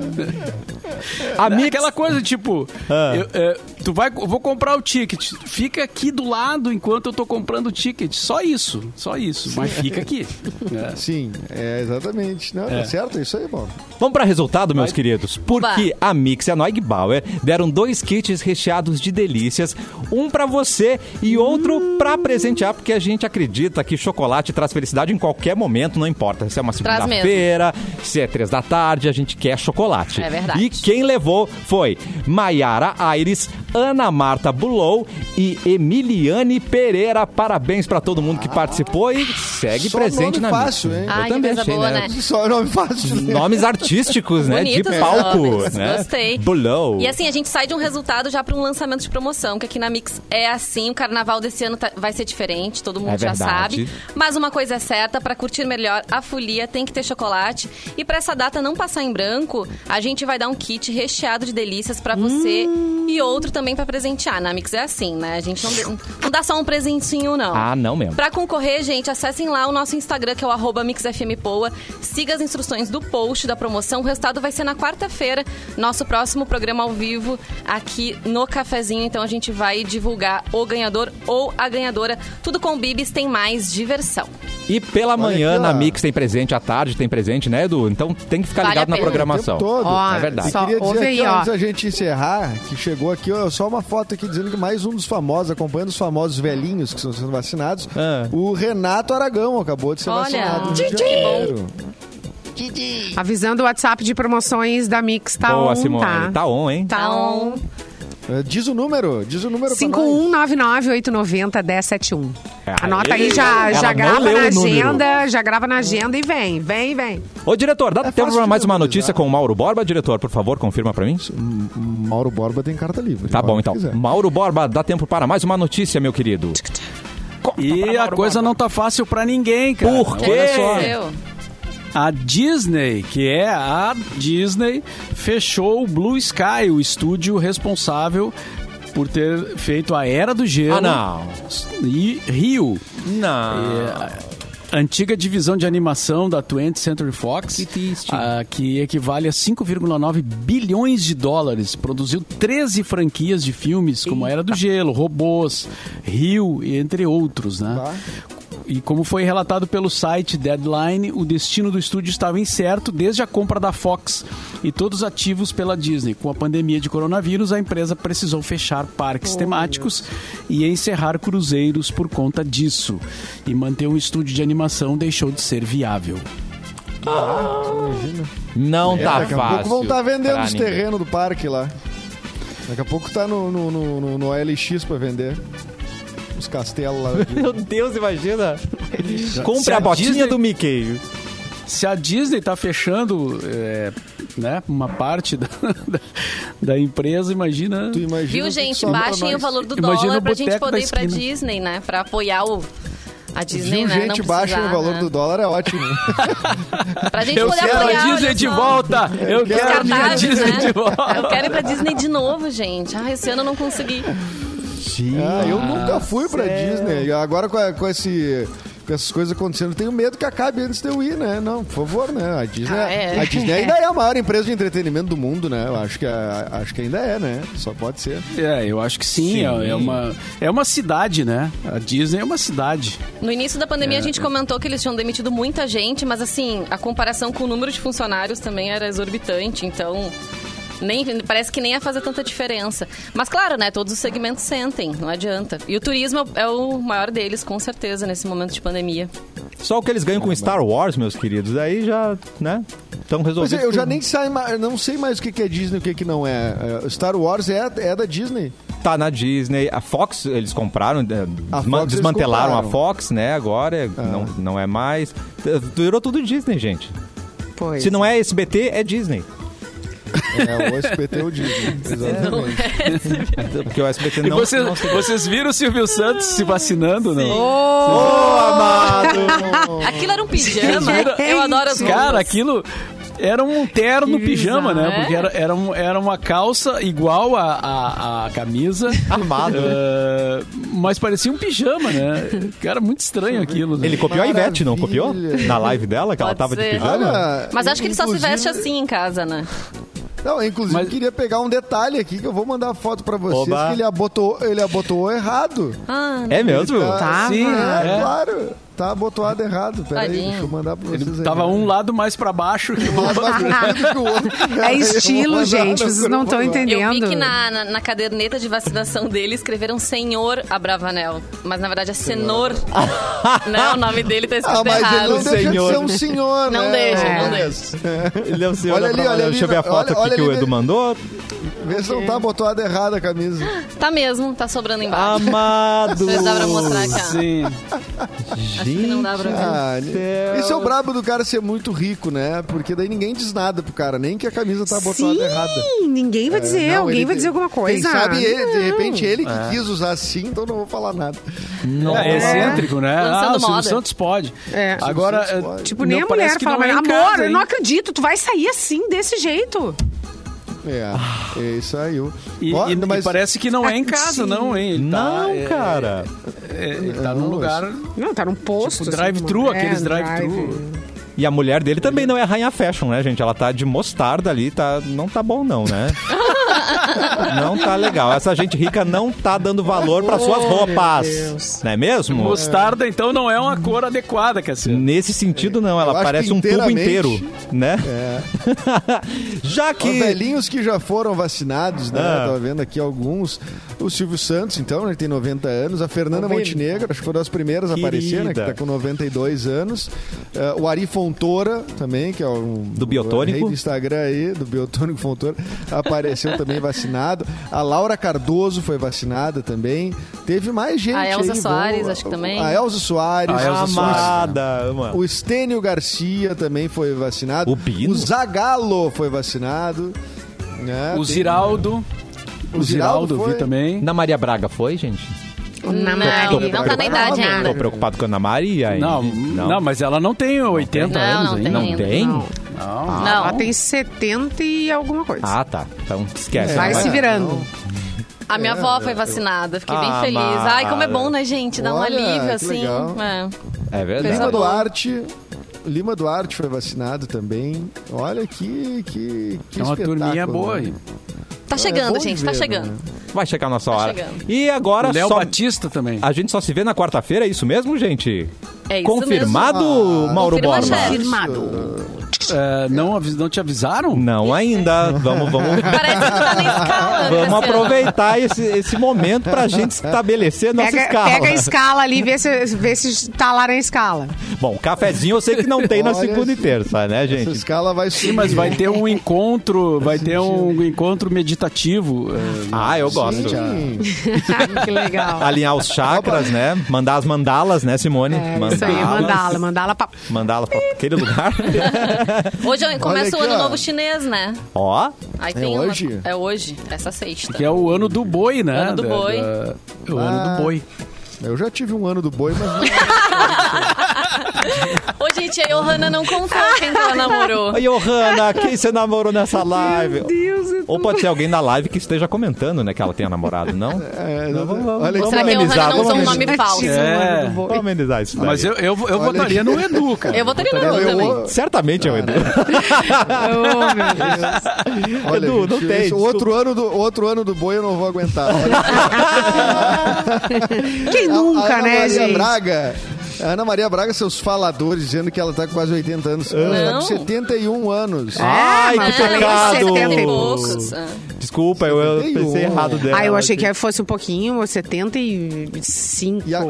Speaker 6: A
Speaker 3: Amiga,
Speaker 6: Mix-
Speaker 3: aquela coisa tipo,
Speaker 6: Ah.
Speaker 3: eu, é, tu vai, eu vou comprar o ticket, fica aqui do lado enquanto eu tô comprando o ticket. Só isso, só isso, mas fica aqui. É.
Speaker 4: Sim, é exatamente. Não, Tá certo, é isso aí, bom.
Speaker 6: Vamos para resultado, meus queridos. Porque a Mix e a Noig Bauer deram dois kits recheados de delícias, um para você e outro pra para presentear, porque a gente acredita que chocolate traz felicidade em qualquer momento, não importa se é uma
Speaker 5: Traz mesmo.
Speaker 6: segunda-feira, se é três da tarde, a gente quer chocolate.
Speaker 5: É verdade.
Speaker 6: E quem levou foi Maiara Aires, Ana Marta Bulou e Emiliane Pereira. Parabéns para todo mundo que participou e segue
Speaker 4: Ah, Só
Speaker 6: presente
Speaker 4: nome
Speaker 6: na
Speaker 4: fácil,
Speaker 6: Mix.
Speaker 4: hein?
Speaker 5: Ai, que coisa boa, né?
Speaker 4: Só nome fácil. né?
Speaker 6: Nomes artísticos, né?
Speaker 5: Bonitos
Speaker 6: de
Speaker 5: os
Speaker 6: palco.
Speaker 5: nomes,
Speaker 6: Né?
Speaker 5: gostei.
Speaker 6: Below.
Speaker 5: E assim, a gente sai de um resultado já para um lançamento de promoção, que aqui na Mix é assim. O carnaval desse ano tá- vai ser diferente, todo mundo
Speaker 6: É
Speaker 5: já
Speaker 6: verdade.
Speaker 5: sabe. Mas uma coisa é certa, para curtir melhor a folia tem que ter chocolate. E para essa data não passar em branco, a gente vai dar um kit recheado de delícias para você
Speaker 6: Hum.
Speaker 5: e outro também para presentear. Na Mix é assim, né? A gente não, não dá só um presentinho, não.
Speaker 6: Ah, não mesmo.
Speaker 5: Pra concorrer, gente, acessem lá o nosso Instagram, que é o arroba MixFMPoa. Siga as instruções do post da promoção. O resultado vai ser na quarta-feira, nosso próximo programa ao vivo aqui no Cafezinho. Então a gente vai divulgar o ganhador ou a ganhadora. Tudo com Bibis tem mais diversão.
Speaker 6: E pela manhã
Speaker 4: aqui, ó.
Speaker 6: na Mix tem presente, à tarde tem presente, né, Edu? Então tem que ficar
Speaker 5: Vale
Speaker 6: ligado
Speaker 5: a
Speaker 6: na
Speaker 5: pena.
Speaker 6: programação.
Speaker 4: Todo.
Speaker 2: Ó,
Speaker 6: É verdade.
Speaker 2: Só,
Speaker 4: Queria dizer
Speaker 2: ouve
Speaker 4: aqui,
Speaker 2: aí,
Speaker 4: ó,
Speaker 2: ó.
Speaker 4: antes da gente encerrar, que chegou aqui, ó, só uma foto aqui dizendo que mais um dos famosos, acompanhando os famosos velhinhos que estão sendo vacinados,
Speaker 6: Ah.
Speaker 4: o Renato Aragão acabou de ser
Speaker 5: Olha.
Speaker 4: vacinado. no Rio de
Speaker 5: Tchim, tchim.
Speaker 4: Janeiro.
Speaker 2: Avisando o WhatsApp de promoções da Mix, tá
Speaker 6: Boa,
Speaker 2: on,
Speaker 6: Simone. Tá on, hein?
Speaker 2: Tá, tá on.
Speaker 4: Eh, Diz o número, diz o número pra nós.
Speaker 2: 51998901071.
Speaker 6: É,
Speaker 2: Anota
Speaker 6: aí.
Speaker 2: um. aí, já,
Speaker 6: Ela
Speaker 2: já
Speaker 6: não
Speaker 2: grava
Speaker 6: leu
Speaker 2: na
Speaker 6: o número.
Speaker 2: agenda, já grava na agenda e vem, vem, vem.
Speaker 6: Ô, diretor, dá tempo
Speaker 4: É fácil
Speaker 6: pra
Speaker 4: de
Speaker 6: mais uma
Speaker 4: memorizar.
Speaker 6: notícia com o Mauro Borba, diretor? Por favor, confirma pra mim.
Speaker 5: um.
Speaker 4: Mauro Borba tem carta livre.
Speaker 6: Tá
Speaker 4: fala o
Speaker 6: bom,
Speaker 4: que
Speaker 6: então.
Speaker 4: quiser.
Speaker 6: Mauro Borba, dá tempo para mais uma notícia, meu querido.
Speaker 3: E a coisa não tá fácil pra ninguém, cara.
Speaker 6: Por
Speaker 5: O que
Speaker 6: quê?
Speaker 3: Olha só.
Speaker 5: aconteceu?
Speaker 3: A Disney, que é a Disney, fechou o Blue Sky, o estúdio responsável por ter feito a Era do Gelo
Speaker 6: Ah, não.
Speaker 3: e Rio,
Speaker 6: Não.
Speaker 3: É, antiga divisão de animação da 20th Century Fox,
Speaker 6: Que triste.
Speaker 3: ah, que equivale a 5,9 bilhões de dólares. Produziu 13 franquias de filmes, como a Era do Gelo, Robôs, Rio, entre outros, né? E como foi relatado pelo site Deadline, o destino do estúdio estava incerto desde a compra da Fox e todos ativos pela Disney. Com a pandemia de coronavírus, a empresa precisou fechar parques temáticos e encerrar cruzeiros por conta disso. E manter um estúdio de animação deixou de ser viável.
Speaker 6: Não
Speaker 4: É,
Speaker 6: tá
Speaker 4: daqui
Speaker 6: fácil.
Speaker 4: a pouco vão estar vendendo
Speaker 6: pra
Speaker 4: os
Speaker 6: ninguém.
Speaker 4: terrenos do parque lá. Daqui a pouco tá no, no, no, no- no OLX pra vender. Os castelos lá.
Speaker 6: Meu Deus, imagina.
Speaker 3: Se
Speaker 6: Compre
Speaker 3: a
Speaker 6: a botinha
Speaker 3: Disney-
Speaker 6: do Mickey.
Speaker 3: Se a Disney tá fechando é, né, uma parte da, da, da empresa, imagina.
Speaker 4: Tu imagina o
Speaker 5: Viu,
Speaker 4: que
Speaker 5: gente?
Speaker 4: sobra pra
Speaker 5: Baixem o
Speaker 4: nós.
Speaker 5: valor do
Speaker 3: Imagina
Speaker 5: dólar
Speaker 3: o
Speaker 5: pra gente
Speaker 3: boteco
Speaker 5: poder
Speaker 3: da
Speaker 5: ir pra
Speaker 3: esquina.
Speaker 5: Disney, né? Pra apoiar o... A Disney,
Speaker 4: Viu,
Speaker 5: né?
Speaker 4: gente?
Speaker 5: Não
Speaker 4: Baixem o
Speaker 5: precisar,
Speaker 4: valor
Speaker 5: né?
Speaker 4: do dólar é ótimo.
Speaker 5: Pra gente
Speaker 3: Eu
Speaker 5: poder
Speaker 3: quero
Speaker 5: apoiar,
Speaker 3: a
Speaker 5: olha
Speaker 3: Disney de
Speaker 5: só.
Speaker 3: volta! Eu quero a minha
Speaker 5: Descartáveis,
Speaker 3: Disney
Speaker 5: né?
Speaker 3: de volta!
Speaker 5: Eu quero ir pra Disney de novo, gente. Ah, esse ano eu não consegui.
Speaker 4: Ah, eu nunca fui pra Disney. Agora com, a- com esse. Com essas coisas acontecendo, eu tenho medo que acabe antes de eu ir, né? Não, por favor, né? A Disney,
Speaker 5: Ah, é.
Speaker 4: a Disney ainda é a maior empresa de entretenimento do mundo, né? Eu acho que, a- acho que ainda é, né? Só pode ser.
Speaker 3: É, eu acho que sim. É, é uma, é uma cidade, né? A Disney é uma cidade.
Speaker 5: No início da pandemia, a gente comentou que eles tinham demitido muita gente, mas assim, a comparação com o número de funcionários também era exorbitante, então. Nem, parece que nem ia fazer tanta diferença. Mas claro, né? Todos os segmentos sentem, não adianta. E o turismo é o maior deles, com certeza, nesse momento de pandemia.
Speaker 6: Só o que eles
Speaker 4: É,
Speaker 6: ganham com Star Wars, meus queridos. Aí já, né? Estão
Speaker 4: Pois
Speaker 6: resolvidos.
Speaker 4: é, eu já
Speaker 6: tudo.
Speaker 4: nem sai, ma- não sei mais o que que é Disney e o que que não é. É, Star Wars é, é da Disney.
Speaker 6: Tá na Disney. A Fox, eles compraram, eh,
Speaker 4: A
Speaker 6: desma-
Speaker 4: Fox eles
Speaker 6: desmantelaram
Speaker 4: compraram.
Speaker 6: a Fox, né? Agora é- não, não é mais. Eh, Virou tudo Disney, gente.
Speaker 2: Pois.
Speaker 6: Se não é SBT, é Disney.
Speaker 4: É o SPT ou Disney.
Speaker 5: é.
Speaker 4: Exatamente.
Speaker 6: Porque o SBT
Speaker 3: E
Speaker 6: não.
Speaker 3: vocês, vocês viram o Silvio Santos se vacinando, né? não?
Speaker 5: Aquilo era um pijama.
Speaker 2: Gente.
Speaker 5: Eu adoro as
Speaker 3: Cara,
Speaker 5: roupas.
Speaker 3: aquilo era um terno
Speaker 2: Que
Speaker 3: pijama,
Speaker 2: bizarro.
Speaker 3: né?
Speaker 5: é.
Speaker 3: Porque era, era, um- era uma calça igual à a, camisa.
Speaker 6: Armado.
Speaker 3: eh, mas parecia um pijama, né? Cara, muito estranho aquilo. Né?
Speaker 6: Ele copiou a Ivete, não copiou?
Speaker 4: Maravilha.
Speaker 6: Na live dela, que ela
Speaker 5: Pode
Speaker 6: tava
Speaker 5: ser.
Speaker 6: de pijama?
Speaker 4: Olha,
Speaker 5: Mas acho que ele só se
Speaker 4: inclusive-
Speaker 5: veste assim em casa, né?
Speaker 4: Não, inclusive
Speaker 3: Mas-
Speaker 4: queria pegar um detalhe aqui que eu vou mandar a foto pra vocês
Speaker 6: Oba.
Speaker 4: que ele abotoou, ele abotoou errado.
Speaker 5: Ah,
Speaker 6: É mesmo?
Speaker 2: Tá,
Speaker 3: Sim,
Speaker 4: Ah,
Speaker 3: é.
Speaker 4: claro. Tá abotoado errado. Pera aí,
Speaker 5: Tadinho.
Speaker 4: deixa eu mandar pra vocês.
Speaker 3: Ele
Speaker 4: aí. Ah,
Speaker 3: tava um lado mais pra baixo que o outro. um
Speaker 2: É estilo, gente. Vocês não estão
Speaker 5: Eu vi
Speaker 2: entendendo.
Speaker 5: que na, na, na caderneta de vacinação dele escreveram Senhor Abravanel. Mas na verdade é Senhor. não, o nome dele tá escrito
Speaker 4: Ah, mas ele
Speaker 5: errado.
Speaker 4: não deixa de
Speaker 6: senhor.
Speaker 4: ser um senhor,
Speaker 5: Não
Speaker 4: né?
Speaker 5: deixa,
Speaker 2: não
Speaker 4: deixa.
Speaker 6: Ele é o senhor
Speaker 4: Olha
Speaker 6: da
Speaker 4: ali,
Speaker 6: Brava-
Speaker 4: olha ali,
Speaker 6: Deixa eu ver a
Speaker 4: olha-
Speaker 6: foto
Speaker 4: olha
Speaker 6: aqui que o
Speaker 4: ali, né?
Speaker 6: Edu
Speaker 4: vê-
Speaker 6: mandou.
Speaker 4: Vê se não tá abotoada errada a camisa.
Speaker 5: Tá mesmo, tá
Speaker 4: Ah,
Speaker 5: sobrando embaixo.
Speaker 6: Amado!
Speaker 5: Não dá pra mostrar aqui.
Speaker 3: Sim.
Speaker 5: ó. Acho que não dá pra ver.
Speaker 4: Ah, Isso é o brabo do cara ser muito rico, né? Porque daí ninguém diz nada pro cara, nem que a camisa tá abotoada
Speaker 2: Sim,
Speaker 4: errada.
Speaker 2: ninguém
Speaker 3: É,
Speaker 2: vai dizer,
Speaker 4: Não,
Speaker 2: alguém
Speaker 4: ele
Speaker 2: vai
Speaker 4: tem-
Speaker 2: dizer alguma coisa.
Speaker 4: Quem sabe, ele, de
Speaker 2: Não.
Speaker 4: repente, ele que quis usar assim, então não vou falar nada.
Speaker 3: É excêntrico, né?
Speaker 5: Lançando
Speaker 3: ah, o Silvio
Speaker 5: moda.
Speaker 3: Santos pode.
Speaker 2: É.
Speaker 3: Agora,
Speaker 4: Silvio Santos pode.
Speaker 2: Tipo, nem
Speaker 3: não,
Speaker 2: a
Speaker 3: parece
Speaker 2: mulher
Speaker 3: que
Speaker 2: fala,
Speaker 3: não é
Speaker 2: mas
Speaker 3: em
Speaker 2: amor,
Speaker 3: casa,
Speaker 2: eu
Speaker 3: hein?
Speaker 2: não acredito, tu vai sair assim, desse jeito.
Speaker 4: É, é isso aí.
Speaker 3: Ah. E,
Speaker 4: Ó,
Speaker 3: e- e parece que não é em casa,
Speaker 2: Sim.
Speaker 3: não, hein? Ele tá-
Speaker 6: Não,
Speaker 3: é-
Speaker 6: cara.
Speaker 3: é- ele tá
Speaker 4: Não,
Speaker 3: num lugar.
Speaker 2: Não, tá num posto.
Speaker 3: Tipo,
Speaker 2: assim,
Speaker 3: drive-thru,
Speaker 2: uma- é,
Speaker 3: aqueles drive-thru.
Speaker 2: drive.
Speaker 6: E a mulher dele também não é rainha fashion, né, gente? Ela tá de mostarda ali, tá... não tá bom não, né? não tá legal. Essa gente rica não tá dando valor para suas roupas. Não é mesmo?
Speaker 3: Mostarda, então, não é uma cor adequada, Cassiano.
Speaker 6: Nesse sentido, não. Ela
Speaker 4: acho
Speaker 6: parece
Speaker 4: que
Speaker 6: um tubo inteiro,
Speaker 4: inteiramente-
Speaker 6: né?
Speaker 4: É.
Speaker 6: Já
Speaker 4: Os
Speaker 6: que...
Speaker 4: velhinhos que já foram vacinados, né?
Speaker 3: É.
Speaker 6: Ah.
Speaker 4: Eu Tava vendo aqui alguns. O Silvio Santos, então, ele tem 90 anos. A Fernanda Montenegro, acho que foi das primeiras a aparecer, né? Que
Speaker 6: Querida.
Speaker 4: tá com 92 anos. Eh, o Ari Fontoura também, que é um...
Speaker 6: Do Biotônico.
Speaker 4: rei do Instagram aí, do Biotônico Fontoura. Apareceu também vacinado. A Laura Cardoso foi vacinada também. Teve mais gente
Speaker 5: A Elza
Speaker 4: aí, bom.
Speaker 5: Soares, acho que também.
Speaker 4: A Elza Soares.
Speaker 3: A Elza
Speaker 6: Amada, mano.
Speaker 4: O Estênio Garcia também foi vacinado.
Speaker 6: O Bino?
Speaker 4: O Zagalo foi vacinado. né?
Speaker 3: O
Speaker 4: Tem-
Speaker 3: Ziraldo.
Speaker 4: O
Speaker 3: O Ziraldo,
Speaker 4: Ziraldo
Speaker 3: eu vi
Speaker 4: foi?
Speaker 3: também.
Speaker 6: Na Maria Braga foi, gente?
Speaker 2: Na
Speaker 5: Não,
Speaker 2: Mari.
Speaker 5: não tá na idade
Speaker 6: Tô
Speaker 5: ainda.
Speaker 6: preocupado com a Ana Maria. hein?
Speaker 3: Não, não, mas ela não tem 80
Speaker 5: Não,
Speaker 3: anos
Speaker 5: não
Speaker 3: ainda.
Speaker 6: Não
Speaker 5: Tem ainda.
Speaker 6: tem?
Speaker 2: Não.
Speaker 4: Ah,
Speaker 3: Não.
Speaker 5: Não.
Speaker 2: Ela Ah, tem 70 e alguma coisa.
Speaker 6: Ah, tá. Então esquece.
Speaker 2: Vai
Speaker 4: É,
Speaker 2: se
Speaker 4: não.
Speaker 2: virando.
Speaker 5: A minha avó foi vacinada, fiquei
Speaker 6: Ah,
Speaker 5: bem feliz.
Speaker 6: Mara.
Speaker 5: Ai, como é bom, né, gente? Dá um
Speaker 4: Olha, que
Speaker 5: alívio, assim.
Speaker 4: legal.
Speaker 5: É.
Speaker 6: É
Speaker 5: Coisa
Speaker 4: Lima
Speaker 6: verdade.
Speaker 5: boa.
Speaker 4: Duarte. Lima Duarte foi vacinado também. Olha que que, que
Speaker 3: É uma
Speaker 4: espetáculo,
Speaker 3: turminha boa
Speaker 4: né?
Speaker 3: aí.
Speaker 5: Tá
Speaker 4: É
Speaker 5: chegando,
Speaker 4: bom
Speaker 5: gente,
Speaker 4: de
Speaker 5: tá
Speaker 4: ver,
Speaker 5: chegando.
Speaker 4: né?
Speaker 6: Vai chegar a nossa hora.
Speaker 5: Tá chegando.
Speaker 6: E agora
Speaker 3: Léo
Speaker 6: só.
Speaker 3: Batista também.
Speaker 6: A gente só se vê na quarta-feira, é isso mesmo, gente?
Speaker 5: É isso
Speaker 6: Confirmado,
Speaker 4: mesmo. Ah,
Speaker 6: Mauro
Speaker 5: confirma,
Speaker 6: Borba?
Speaker 5: chefe.
Speaker 2: Firmado.
Speaker 3: É, não, avis- não te avisaram?
Speaker 6: Não ainda. Vamos, vamos,
Speaker 5: mesmo. Parece que não tá nem escalando.
Speaker 6: vamos
Speaker 5: Cassiano.
Speaker 6: aproveitar esse, esse momento pra gente estabelecer nossa
Speaker 2: Pega,
Speaker 6: escala.
Speaker 2: pega a escala ali e vê se, vê se tá lá na escala.
Speaker 6: Bom, cafezinho eu sei que não tem na
Speaker 4: Olha
Speaker 6: segunda e
Speaker 4: esse-
Speaker 6: terça, né,
Speaker 4: Essa
Speaker 6: gente?
Speaker 4: escala vai subir.
Speaker 3: Sim, mas vai ter um encontro, vai ter um encontro meditativo. é,
Speaker 6: Ah, eu gosto.
Speaker 4: Gente,
Speaker 2: que legal.
Speaker 6: Alinhar os chakras, né? Mandar as mandalas, né, Simone?
Speaker 2: É, isso aí, mandala, mandala pra...
Speaker 6: Mandala pra aquele lugar.
Speaker 5: Hoje eu- começa o
Speaker 4: aqui,
Speaker 5: ano
Speaker 4: ó.
Speaker 5: novo chinês, né?
Speaker 6: Ó,
Speaker 5: Aí
Speaker 4: É
Speaker 5: tem uma-
Speaker 4: hoje?
Speaker 5: É hoje, essa sexta.
Speaker 3: que é o ano do boi, né?
Speaker 5: Ano do boi.
Speaker 3: o ano do boi.
Speaker 4: Eu já tive um ano do boi, mas não
Speaker 5: Ô, gente, a Johanna não contou quem que ela namorou.
Speaker 6: Aí, Johanna, quem você namorou nessa live?
Speaker 2: Deus, eu tô-
Speaker 6: Ou pode ser alguém da live que esteja comentando, né, que ela tenha namorado, não?
Speaker 4: É, não,
Speaker 6: vamos- vamos-
Speaker 4: olha,
Speaker 6: vamos
Speaker 5: Será que a
Speaker 6: amenizar,
Speaker 5: Johanna não
Speaker 6: vamos
Speaker 5: usou um
Speaker 6: amenizar.
Speaker 5: nome falso?
Speaker 2: um
Speaker 3: É.
Speaker 6: Vamos amenizar isso daí.
Speaker 3: Mas eu, eu, eu votaria no Edu, cara.
Speaker 5: Eu votaria no Edu
Speaker 4: eu-
Speaker 5: também.
Speaker 4: eu-
Speaker 6: Certamente é o Edu.
Speaker 2: Oh, meu Deus.
Speaker 4: olha,
Speaker 6: Edu, não
Speaker 4: gente,
Speaker 6: tem,
Speaker 4: esse outro ano do Outro ano do boi eu não vou aguentar. Olha,
Speaker 2: Quem
Speaker 4: a
Speaker 2: nunca,
Speaker 4: Ana
Speaker 2: né,
Speaker 4: Maria
Speaker 2: gente?
Speaker 4: Braga. A Ana Maria Braga, seus faladores, dizendo que ela tá com quase 80 anos. Ela tá com
Speaker 5: Não.
Speaker 4: 71 anos.
Speaker 6: Ai,
Speaker 2: É,
Speaker 5: É,
Speaker 2: mas
Speaker 6: que
Speaker 2: ela tem uns
Speaker 6: pecado.
Speaker 2: 70 e pouco.
Speaker 5: poucos. ah.
Speaker 6: Desculpa, eu, eu pensei
Speaker 4: 71.
Speaker 6: errado dela.
Speaker 2: Ah, eu achei que fosse um pouquinho, 75.
Speaker 4: E, a-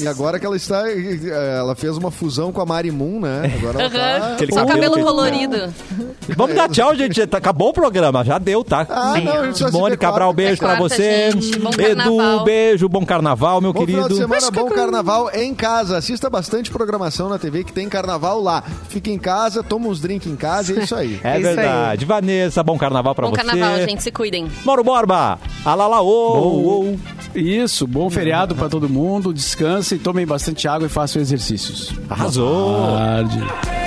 Speaker 4: e agora que ela está. Ela fez uma fusão com a Mari Moon, né? Agora ela tá-
Speaker 5: Aham,
Speaker 6: Então Aquele
Speaker 5: Só
Speaker 6: cabelo
Speaker 5: cabelo
Speaker 6: que ele-
Speaker 5: colorido.
Speaker 6: Vamos dar tchau, gente. Já tá- Acabou o programa, já deu, tá?
Speaker 4: Ah, não, ele só se
Speaker 6: Simone
Speaker 4: declara.
Speaker 6: Cabral, beijo
Speaker 5: Até
Speaker 6: pra
Speaker 5: quarta,
Speaker 6: você.
Speaker 5: gente. Bom
Speaker 6: Edu,
Speaker 5: carnaval.
Speaker 6: beijo, bom carnaval, meu
Speaker 4: Bom final de
Speaker 6: querido.
Speaker 4: semana, bom carnaval em casa. Assista bastante programação na TV que tem carnaval lá. Fica em casa, toma uns drinks em casa, é isso aí.
Speaker 6: É
Speaker 2: Isso aí.
Speaker 6: verdade. Vanessa, bom carnaval pra
Speaker 5: Bom
Speaker 6: você.
Speaker 5: carnaval, gente, se cuidem.
Speaker 6: Mauro Borba, alalaô.
Speaker 3: Isso, bom feriado
Speaker 6: 啊
Speaker 3: pra todo mundo, descansem, tomem bastante água e façam exercícios.
Speaker 6: Arrasou.
Speaker 3: Tarde.